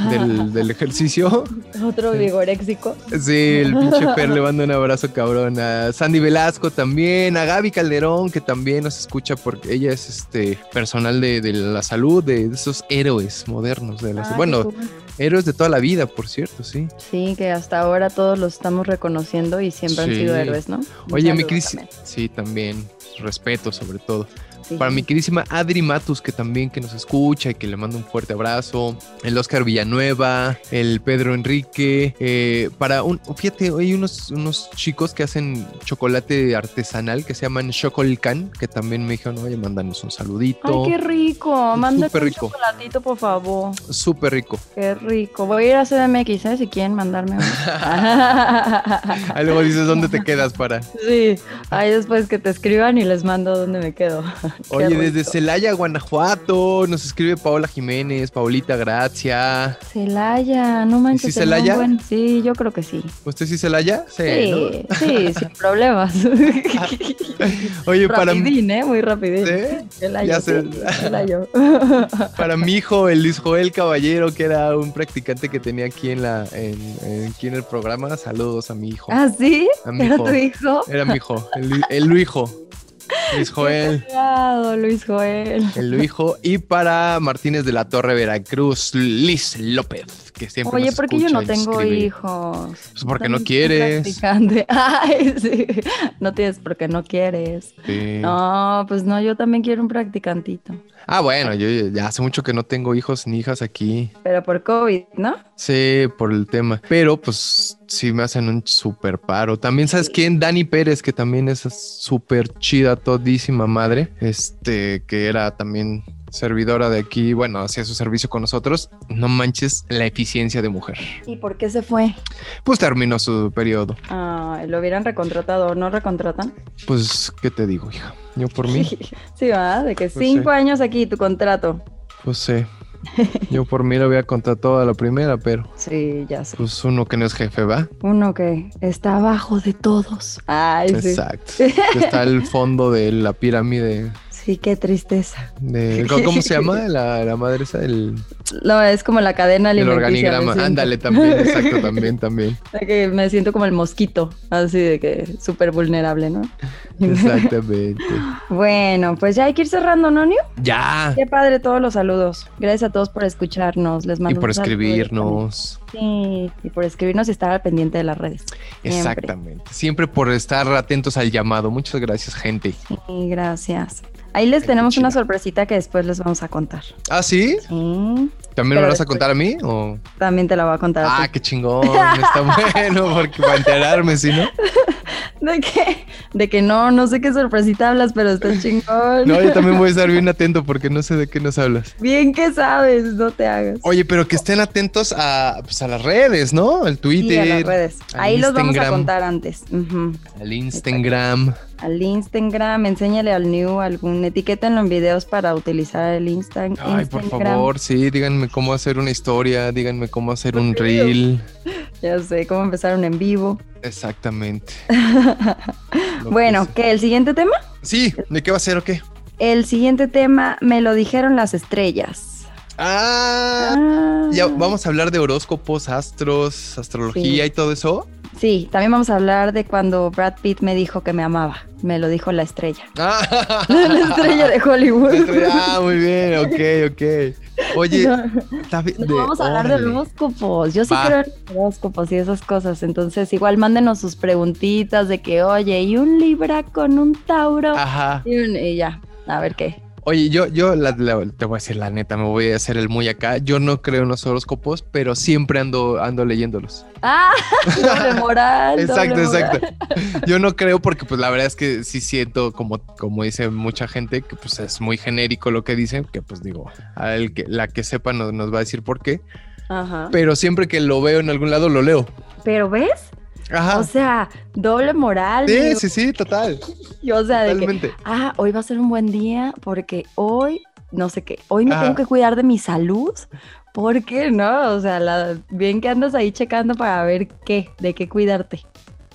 Speaker 2: del, del ejercicio.
Speaker 1: Otro vigoréxico.
Speaker 2: Sí, el pinche Fer le mando un abrazo cabrón. A Sandy Velasco también, a Gaby Calderón, que también nos escucha porque ella es este personal de, de la salud, de esos héroes modernos. De la,
Speaker 1: Ah, qué
Speaker 2: bueno,
Speaker 1: cool.
Speaker 2: héroes de toda la vida, por cierto, sí.
Speaker 1: Sí, que hasta ahora todos los estamos reconociendo y siempre han
Speaker 2: Sí.
Speaker 1: sido héroes, ¿no? Un
Speaker 2: Oye, mi
Speaker 1: saludo
Speaker 2: Cris,
Speaker 1: también.
Speaker 2: sí, también, respeto sobre todo.
Speaker 1: Sí.
Speaker 2: Para mi queridísima Adri Matus, que también que nos escucha y que le mando un fuerte abrazo. El Oscar Villanueva, el Pedro Enrique. eh, para un, fíjate, hay unos, unos chicos que hacen chocolate artesanal que se llaman Chocolcan, que también me dijeron, oye, mándanos un
Speaker 1: Ay,
Speaker 2: saludito.
Speaker 1: qué rico. Mándame
Speaker 2: Súper
Speaker 1: un
Speaker 2: rico.
Speaker 1: chocolatito, por favor.
Speaker 2: Súper rico.
Speaker 1: Qué rico. Voy a ir a CDMX, ¿eh? Si quieren mandarme uno.
Speaker 2: Ahí Ah, luego dices, ¿dónde te quedas para?
Speaker 1: sí. Ahí después que te escriban y les mando dónde me quedo. Qué
Speaker 2: Oye, desde
Speaker 1: rico.
Speaker 2: Celaya, Guanajuato, nos escribe Paola Jiménez, Paulita Gracia.
Speaker 1: Celaya, no manches.
Speaker 2: ¿Y sí
Speaker 1: sería un
Speaker 2: Celaya?
Speaker 1: buen- Sí, yo creo que sí.
Speaker 2: ¿Usted sí Celaya? Sí. ¿no?
Speaker 1: Sí, sí, sin problemas.
Speaker 2: Oye, para mí.
Speaker 1: rapidín, ¿eh? Muy rapidín.
Speaker 2: ¿Sí?
Speaker 1: Celaya,
Speaker 2: Ya sé.
Speaker 1: sí, Celaya.
Speaker 2: Para mi hijo, el Luis Joel Caballero, que era un practicante que tenía aquí en la en, en- aquí en el programa. Saludos a mi hijo.
Speaker 1: ¿Ah, sí?
Speaker 2: A mi
Speaker 1: ¿Era
Speaker 2: hijo.
Speaker 1: tu hijo?
Speaker 2: Era mi hijo, el, Lu- el Luijo. Luis Joel,
Speaker 1: Cuidado, Luis Joel.
Speaker 2: el Luijo. Y para Martínez de la Torre Veracruz, Liz López, que siempre
Speaker 1: Oye,
Speaker 2: nos
Speaker 1: ¿por qué yo
Speaker 2: escucha
Speaker 1: no
Speaker 2: y
Speaker 1: tengo
Speaker 2: escribe.
Speaker 1: hijos?
Speaker 2: Pues porque
Speaker 1: También
Speaker 2: no
Speaker 1: soy
Speaker 2: quieres.
Speaker 1: practicante. Ay, sí. No tienes porque no quieres.
Speaker 2: Sí.
Speaker 1: No, pues no, yo también quiero un practicantito.
Speaker 2: Ah, bueno, yo ya hace mucho que no tengo hijos ni hijas aquí.
Speaker 1: Pero por COVID, ¿no?
Speaker 2: Sí, por el tema. Pero pues sí me hacen un super paro. También, ¿sabes
Speaker 1: Sí.
Speaker 2: quién? Dani Pérez, que también es súper chida, todísima madre. Este, que era también servidora de aquí, bueno, hacía su servicio con nosotros. No manches la eficiencia de mujer.
Speaker 1: ¿Y por qué se fue?
Speaker 2: Pues terminó su periodo.
Speaker 1: Ah, lo hubieran recontratado, ¿no recontratan?
Speaker 2: Pues, ¿qué te digo, hija? Yo por mí,
Speaker 1: Sí, va, de que
Speaker 2: Pues
Speaker 1: cinco
Speaker 2: sí.
Speaker 1: años aquí tu contrato.
Speaker 2: pues sé. Yo por mí lo había contratado a la primera, pero
Speaker 1: Sí, ya sé.
Speaker 2: pues uno que no es jefe, ¿va?
Speaker 1: Uno que está abajo de todos. Ay, sí.
Speaker 2: Exacto. Que está al fondo de la pirámide
Speaker 1: Sí, qué tristeza.
Speaker 2: de... ¿Cómo cómo se llama? La, la madre esa, el,
Speaker 1: No, es como la cadena
Speaker 2: el
Speaker 1: alimenticia. me
Speaker 2: organigrama.
Speaker 1: siento.
Speaker 2: Ándale, también, exacto, también, también.
Speaker 1: De que me siento como el mosquito, así de que súper vulnerable, ¿no?
Speaker 2: Exactamente.
Speaker 1: Bueno, pues ya hay que ir cerrando, ¿no, Niu?
Speaker 2: Ya.
Speaker 1: Qué padre todos los saludos. Gracias a todos por escucharnos. Les
Speaker 2: Y
Speaker 1: mando
Speaker 2: por
Speaker 1: un saludo.
Speaker 2: escribirnos.
Speaker 1: Sí, y por escribirnos y estar al pendiente de las redes. Siempre.
Speaker 2: Exactamente. Siempre por estar atentos al llamado. Muchas gracias, gente.
Speaker 1: Sí, gracias. Ahí les
Speaker 2: Ay, qué
Speaker 1: tenemos una
Speaker 2: chido.
Speaker 1: sorpresita que después les vamos a contar.
Speaker 2: ¿Ah, sí?
Speaker 1: Sí,
Speaker 2: ¿También
Speaker 1: Pero
Speaker 2: me vas a
Speaker 1: después-
Speaker 2: contar a mí? ¿O?
Speaker 1: también te la voy a contar. a
Speaker 2: Ah,
Speaker 1: ti.
Speaker 2: qué chingón. Está bueno, porque para enterarme, si no.
Speaker 1: ¿De qué? De que no, no sé qué sorpresita hablas, pero estás chingón.
Speaker 2: No, yo también voy a estar bien atento porque no sé de qué nos hablas.
Speaker 1: Bien que sabes, no te hagas.
Speaker 2: Oye, pero que estén atentos a, pues, a las redes,
Speaker 1: Sí,
Speaker 2: ¿no? Al
Speaker 1: a las
Speaker 2: Twitter,
Speaker 1: redes.
Speaker 2: al
Speaker 1: Ahí los vamos a
Speaker 2: Instagram.
Speaker 1: contar antes. Ujú.
Speaker 2: al Instagram.
Speaker 1: Al Instagram, enséñale al new algún, etiquétenlo en videos para utilizar el Insta- Instagram.
Speaker 2: Ay, por favor, sí, díganme cómo hacer una historia, díganme cómo hacer un reel.
Speaker 1: Ya sé cómo empezaron en vivo.
Speaker 2: Exactamente. Lo
Speaker 1: bueno,
Speaker 2: que
Speaker 1: ¿qué? ¿El siguiente tema?
Speaker 2: sea. Sí, ¿de qué va a ser o qué?
Speaker 1: El siguiente tema me lo dijeron las estrellas.
Speaker 2: Ah,
Speaker 1: Ah.
Speaker 2: ya vamos a hablar de horóscopos, astros, astrología y todo eso.
Speaker 1: Sí, también vamos a hablar de cuando Brad Pitt me dijo que me amaba. Me lo dijo la estrella.
Speaker 2: Ah,
Speaker 1: la estrella de Hollywood.
Speaker 2: Ah, muy bien, ok, ok. Oye,
Speaker 1: No,
Speaker 2: está bien.
Speaker 1: no, vamos a hablar de
Speaker 2: órale.
Speaker 1: horóscopos. Yo sí
Speaker 2: Va.
Speaker 1: creo en horóscopos y esas cosas. Entonces, igual mándenos sus preguntitas de que, oye, ¿y un Libra con un Tauro?
Speaker 2: Ajá.
Speaker 1: Y, un- y ya, a ver qué.
Speaker 2: Oye, yo, yo la- la- te voy a decir la neta, me voy a hacer el muy acá. Yo no creo en los horóscopos, pero siempre ando, ando leyéndolos.
Speaker 1: ¡Ah! Doble moral.
Speaker 2: exacto,
Speaker 1: doble moral.
Speaker 2: exacto. Yo no creo porque, pues, la verdad es que sí siento, como, como dice mucha gente, que pues es muy genérico lo que dicen, que pues digo, al que, la que sepa nos, nos va a decir por qué.
Speaker 1: Ajá.
Speaker 2: Pero siempre que lo veo en algún lado, lo leo.
Speaker 1: Pero ves,
Speaker 2: Ajá.
Speaker 1: o sea, doble moral.
Speaker 2: Ah. sí,
Speaker 1: digo.
Speaker 2: sí, sí, total.
Speaker 1: Y, O sea, de que,
Speaker 2: Totalmente.
Speaker 1: ah, hoy va a ser un buen día porque hoy, no sé qué, hoy me
Speaker 2: Ajá.
Speaker 1: tengo que cuidar de mi salud. ¿Por qué no? O sea, la- bien que andas ahí checando para ver qué, de qué cuidarte.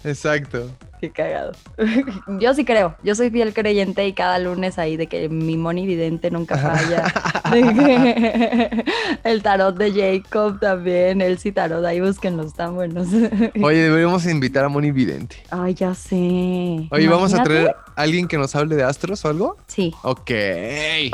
Speaker 2: Exacto.
Speaker 1: Qué cagado. Yo sí creo, yo soy fiel creyente y cada lunes ahí de que mi money vidente nunca falla. De que- el tarot de Jacob también, el sí tarot, ahí búsquenlos, están buenos.
Speaker 2: Oye, deberíamos invitar a Moni Vidente.
Speaker 1: Ay, ya sé.
Speaker 2: Oye, ¿vamos a
Speaker 1: Imagínate.
Speaker 2: traer a alguien que nos hable de astros o algo?
Speaker 1: Sí.
Speaker 2: Ok.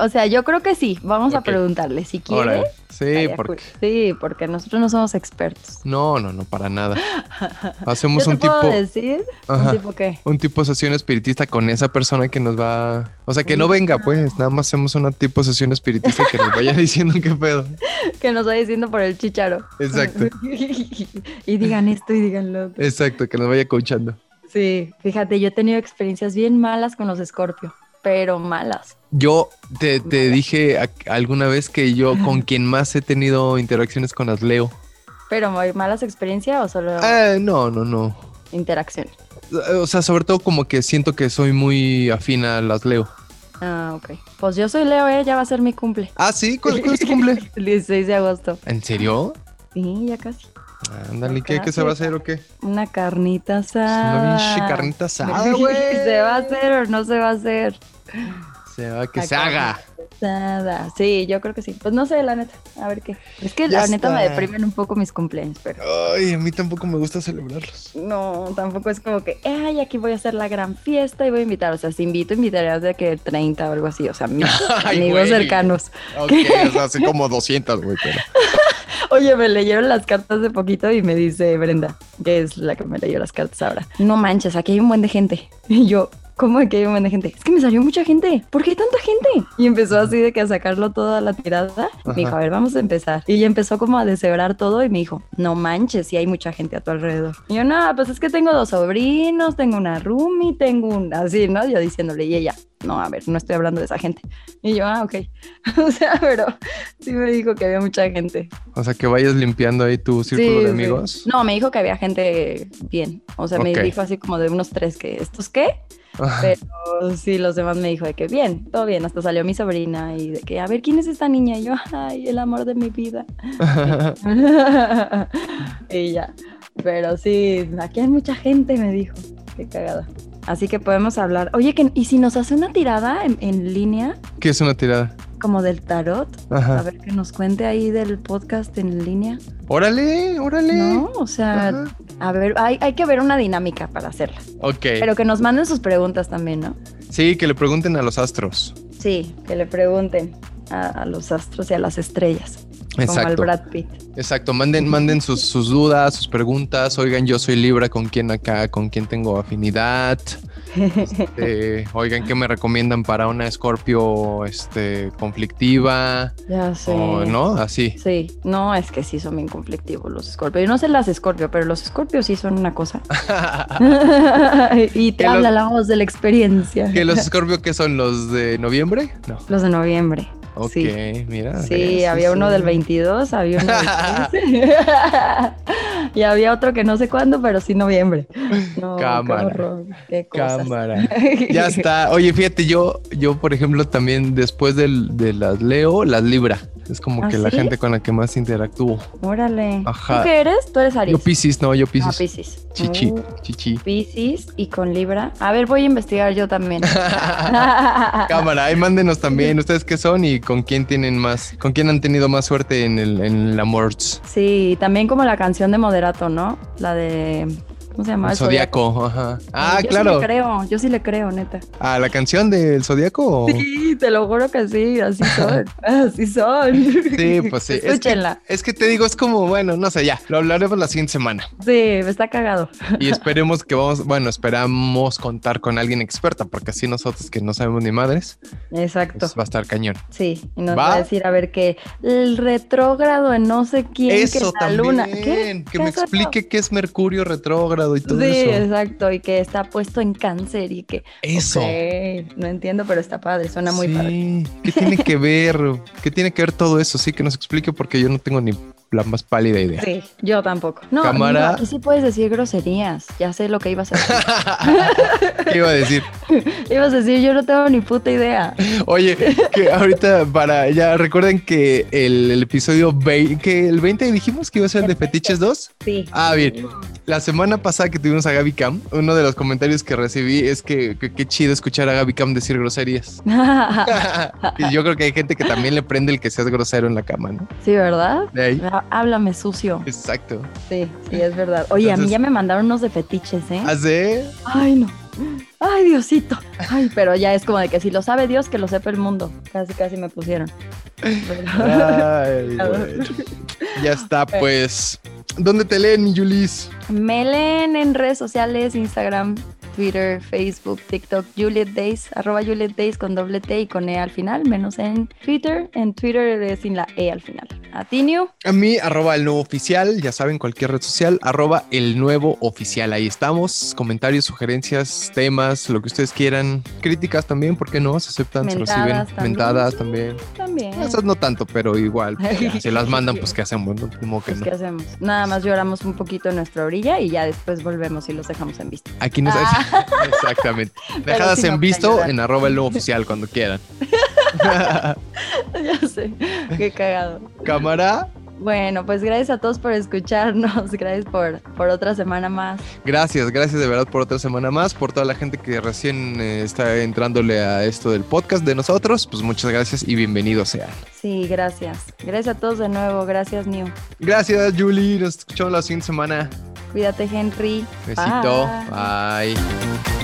Speaker 1: O sea, yo creo que sí. Vamos a
Speaker 2: Ok.
Speaker 1: preguntarle si quiere.
Speaker 2: Órale. Sí,
Speaker 1: estaría
Speaker 2: porque.
Speaker 1: cool. Sí, porque nosotros no somos expertos.
Speaker 2: No, no, no, para nada.
Speaker 1: Yo
Speaker 2: Hacemos
Speaker 1: te
Speaker 2: un tipo.
Speaker 1: puedo decir?
Speaker 2: Ajá.
Speaker 1: ¿Un tipo qué?
Speaker 2: Un tipo sesión espiritista con esa persona que nos va. O sea, que no venga, pues. Nada más hacemos una tipo sesión espiritista que nos vaya diciendo qué pedo.
Speaker 1: Que nos va diciendo por el chicharo.
Speaker 2: Exacto.
Speaker 1: y digan esto y digan lo otro.
Speaker 2: Exacto, que nos vaya coachando.
Speaker 1: Sí, fíjate, yo he tenido experiencias bien malas con los escorpios, pero malas.
Speaker 2: Yo te, te dije a- alguna vez que yo con quien más he tenido interacciones con las Leo.
Speaker 1: Pero muy malas experiencias o solo
Speaker 2: Ah, no, no, no.
Speaker 1: interacción.
Speaker 2: O sea, sobre todo como que siento que soy muy afín a las Leo.
Speaker 1: Ah, ok. Pues yo soy Leo, ¿eh? ya va a ser mi cumple.
Speaker 2: Ah, sí, ¿cuál, cuál es tu cumple?
Speaker 1: El 16 de agosto.
Speaker 2: ¿En serio?
Speaker 1: Sí, ya casi.
Speaker 2: Ándale, ¿qué, ¿qué se va a hacer o qué?
Speaker 1: Una carnita asada.
Speaker 2: Una pinche carnita asada, güey.
Speaker 1: Ah. ¿Se va a hacer o no se va a hacer?
Speaker 2: Se va, que
Speaker 1: La
Speaker 2: se haga.
Speaker 1: Nada, sí, yo creo que sí. Pues no sé, la neta, a ver qué. Es que
Speaker 2: Ya
Speaker 1: la neta me
Speaker 2: está.
Speaker 1: deprimen un poco mis cumpleaños, pero
Speaker 2: Ay, a mí tampoco me gusta celebrarlos.
Speaker 1: no, tampoco es como que, ay, aquí voy a hacer la gran fiesta y voy a invitar. O sea, si invito, invitarías de que 30 o algo así, o sea, mis
Speaker 2: Ay,
Speaker 1: amigos
Speaker 2: güey.
Speaker 1: cercanos.
Speaker 2: Ok, o sea, hace como 200, güey, pero.
Speaker 1: Oye, me leyeron las cartas de poquito y me dice Brenda, que es la que me leyó las cartas ahora. No manches, aquí hay un buen de gente. Y yo, ¿cómo que hay un buen de gente? Es que me salió mucha gente. ¿Por qué hay tanta gente? Y empezó así de que a sacarlo toda la tirada. Y Me dijo,
Speaker 2: Ajá.
Speaker 1: a ver, vamos a empezar. Y ella empezó como a deshebrar todo y me dijo, no manches, si hay mucha gente a tu alrededor. Y yo, no, pues es que tengo dos sobrinos, tengo una roomie, tengo un así, ¿no? Yo diciéndole, y ella, no, a ver, no estoy hablando de esa gente. Y yo, ah, ok. o sea, pero sí me dijo que había mucha gente.
Speaker 2: O sea, que vayas limpiando ahí tu círculo de amigos.
Speaker 1: No, me dijo que había gente bien. O sea,
Speaker 2: Ok.
Speaker 1: me dijo así como de unos tres que, ¿estos qué? Pero sí, los demás me dijo de que bien, todo bien. Hasta salió mi sobrina y de que, a ver, ¿quién es esta niña? Y yo, ay, el amor de mi vida. y ya. Pero sí, aquí hay mucha gente, me dijo. Qué cagada. Así que podemos hablar. Oye, que, ¿y si nos hace una tirada en, en línea,
Speaker 2: ¿Qué es una tirada?
Speaker 1: como del tarot? A
Speaker 2: Ajá.
Speaker 1: ver, que nos cuente ahí del podcast en línea.
Speaker 2: Órale, órale.
Speaker 1: No, o sea,
Speaker 2: Ajá.
Speaker 1: a ver, hay, hay que ver una dinámica para hacerla.
Speaker 2: Ok.
Speaker 1: Pero que nos manden sus preguntas también, ¿no?
Speaker 2: Sí, que le pregunten a los astros.
Speaker 1: Sí, que le pregunten a, a los astros y a las estrellas. Como al
Speaker 2: Exacto.
Speaker 1: Brad Pitt.
Speaker 2: Exacto. Manden, manden sus, sus dudas, sus preguntas. Oigan, yo soy Libra, ¿con quién acá? ¿Con quién tengo afinidad? Este, oigan, ¿qué me recomiendan para una escorpio este, conflictiva?
Speaker 1: ya sé.
Speaker 2: O Oh, no, así.
Speaker 1: Sí, no, es que sí son bien conflictivos los Scorpio. Yo no sé las Scorpio, pero los Scorpio sí son una cosa. y te
Speaker 2: Que los-
Speaker 1: habla la voz de la experiencia.
Speaker 2: ¿Que los escorpio que son los de noviembre? No.
Speaker 1: Los de noviembre.
Speaker 2: Ok,
Speaker 1: Sí.
Speaker 2: mira.
Speaker 1: Sí, había uno del
Speaker 2: 20
Speaker 1: 22, había uno del 15. y había otro que no sé cuándo, pero sí noviembre. No, qué
Speaker 2: Cámara.
Speaker 1: horror, qué cosas.
Speaker 2: Cámara. Ya está. Oye, fíjate, yo, yo por ejemplo, también después del- de las leo, las libra. Es como
Speaker 1: ¿Ah,
Speaker 2: que la
Speaker 1: sí?
Speaker 2: gente con la que más interactúo.
Speaker 1: Órale.
Speaker 2: Ajá.
Speaker 1: ¿Tú qué eres? Tú eres Aries.
Speaker 2: Yo Piscis, no, yo
Speaker 1: Ah,
Speaker 2: Piscis.
Speaker 1: Piscis.
Speaker 2: Chichi,
Speaker 1: Uh,
Speaker 2: chichi.
Speaker 1: Piscis y con Libra. A ver, voy a investigar yo también.
Speaker 2: Cámara, ahí mándenos también ustedes qué son y con quién tienen más, con quién han tenido más suerte en el, en el amor.
Speaker 1: Sí, también como la canción de Moderato, ¿no? La de. ¿Cómo se llama?
Speaker 2: El
Speaker 1: El Zodiaco.
Speaker 2: Zodíaco, ajá. Ah,
Speaker 1: yo Sí
Speaker 2: claro.
Speaker 1: le creo, yo sí le creo, neta.
Speaker 2: ¿A la canción del Zodíaco?
Speaker 1: Sí, te lo juro que sí, así son. así son.
Speaker 2: Sí, pues sí. Es que-
Speaker 1: Escúchenla.
Speaker 2: Es que te digo, es como, bueno, no sé, ya, lo hablaremos la siguiente semana.
Speaker 1: Sí, me está cagado.
Speaker 2: Y esperemos que vamos, bueno, esperamos contar con alguien experta, porque así nosotros que no sabemos ni madres,
Speaker 1: Exacto.
Speaker 2: pues va a estar cañón.
Speaker 1: sí, y nos
Speaker 2: ¿va?
Speaker 1: va a decir, a ver, que el retrógrado en no sé quién, que
Speaker 2: Eso
Speaker 1: la
Speaker 2: también,
Speaker 1: luna. ¿Qué?
Speaker 2: que me
Speaker 1: ¿Qué es eso?
Speaker 2: explique qué es Mercurio retrógrado y todo
Speaker 1: Sí,
Speaker 2: eso.
Speaker 1: exacto, y que está puesto en cáncer y que...
Speaker 2: Eso.
Speaker 1: Ok, no entiendo, pero está padre, suena muy
Speaker 2: Sí,
Speaker 1: padre.
Speaker 2: ¿Qué tiene que ver? ¿Qué tiene que ver todo eso? Sí, que nos explique porque yo no tengo ni la más pálida idea.
Speaker 1: Sí, yo tampoco. No,
Speaker 2: Cámara.
Speaker 1: amigo, aquí sí puedes decir groserías, ya sé lo que ibas a decir.
Speaker 2: ¿Qué iba a decir?
Speaker 1: ibas a decir, yo no tengo ni puta idea.
Speaker 2: Oye, que ahorita para ya recuerden que el, el episodio 20, que el 20 dijimos que iba a ser el de Fetiches 2.
Speaker 1: Sí.
Speaker 2: Ah, bien. La semana pasada que tuvimos a Gaby Cam, uno de los comentarios que recibí es que que- qué chido escuchar a Gaby Cam decir groserías. y yo creo que hay gente que también le prende el que seas grosero en la cama, ¿no?
Speaker 1: sí, ¿verdad?
Speaker 2: De ahí.
Speaker 1: Há- Háblame sucio.
Speaker 2: Exacto.
Speaker 1: Sí, sí, es verdad. Oye, a
Speaker 2: Entonces-
Speaker 1: mí ya me mandaron unos de fetiches, ¿eh?
Speaker 2: Hace.
Speaker 1: Ay, no. Ay, Diosito. Ay, pero ya es como de que si lo sabe Dios, que lo sepa el mundo. Casi, casi me pusieron. Pero-
Speaker 2: Ay, bueno. Ya está, pues. ¿Dónde te leen, Yulis?
Speaker 1: Me leen en redes sociales, Instagram, Twitter, Facebook, TikTok, Juliet Days, arroba Juliet Days con doble T y con E al final, menos en Twitter. En Twitter es sin la E al final. A ti, New.
Speaker 2: A mí, arroba el nuevo oficial, ya saben, cualquier red social, arroba el nuevo oficial. Ahí estamos. Comentarios, sugerencias, temas, lo que ustedes quieran. Críticas también, ¿por qué no? Se aceptan, se
Speaker 1: Mentadas
Speaker 2: reciben.
Speaker 1: también. Mm.
Speaker 2: Mentadas también.
Speaker 1: También.
Speaker 2: Esas no tanto, pero igual. pues, ya, si las mandan, pues qué hacemos, ¿no? Como que
Speaker 1: Pues,
Speaker 2: no.
Speaker 1: ¿Qué hacemos? Nada más lloramos un poquito en nuestra orilla y ya después volvemos y los dejamos en vista.
Speaker 2: Aquí nos
Speaker 1: Ah.
Speaker 2: Exactamente. Dejadas
Speaker 1: sí
Speaker 2: en
Speaker 1: nos
Speaker 2: visto
Speaker 1: ayudan.
Speaker 2: en arroba el nuevo oficial cuando quieran.
Speaker 1: ya sé, qué cagado.
Speaker 2: Cámara,
Speaker 1: Bueno, pues gracias a todos por escucharnos, gracias por, por otra semana más.
Speaker 2: gracias, gracias de verdad por otra semana más, por toda la gente que recién eh, está entrándole a esto del podcast de nosotros. Pues muchas gracias y bienvenidos sean.
Speaker 1: Sí, gracias. Gracias a todos de nuevo, gracias New.
Speaker 2: Gracias, Julie. Nos escuchamos la siguiente semana.
Speaker 1: Cuídate, Henry.
Speaker 2: Besito.
Speaker 1: Bye.
Speaker 2: Bye.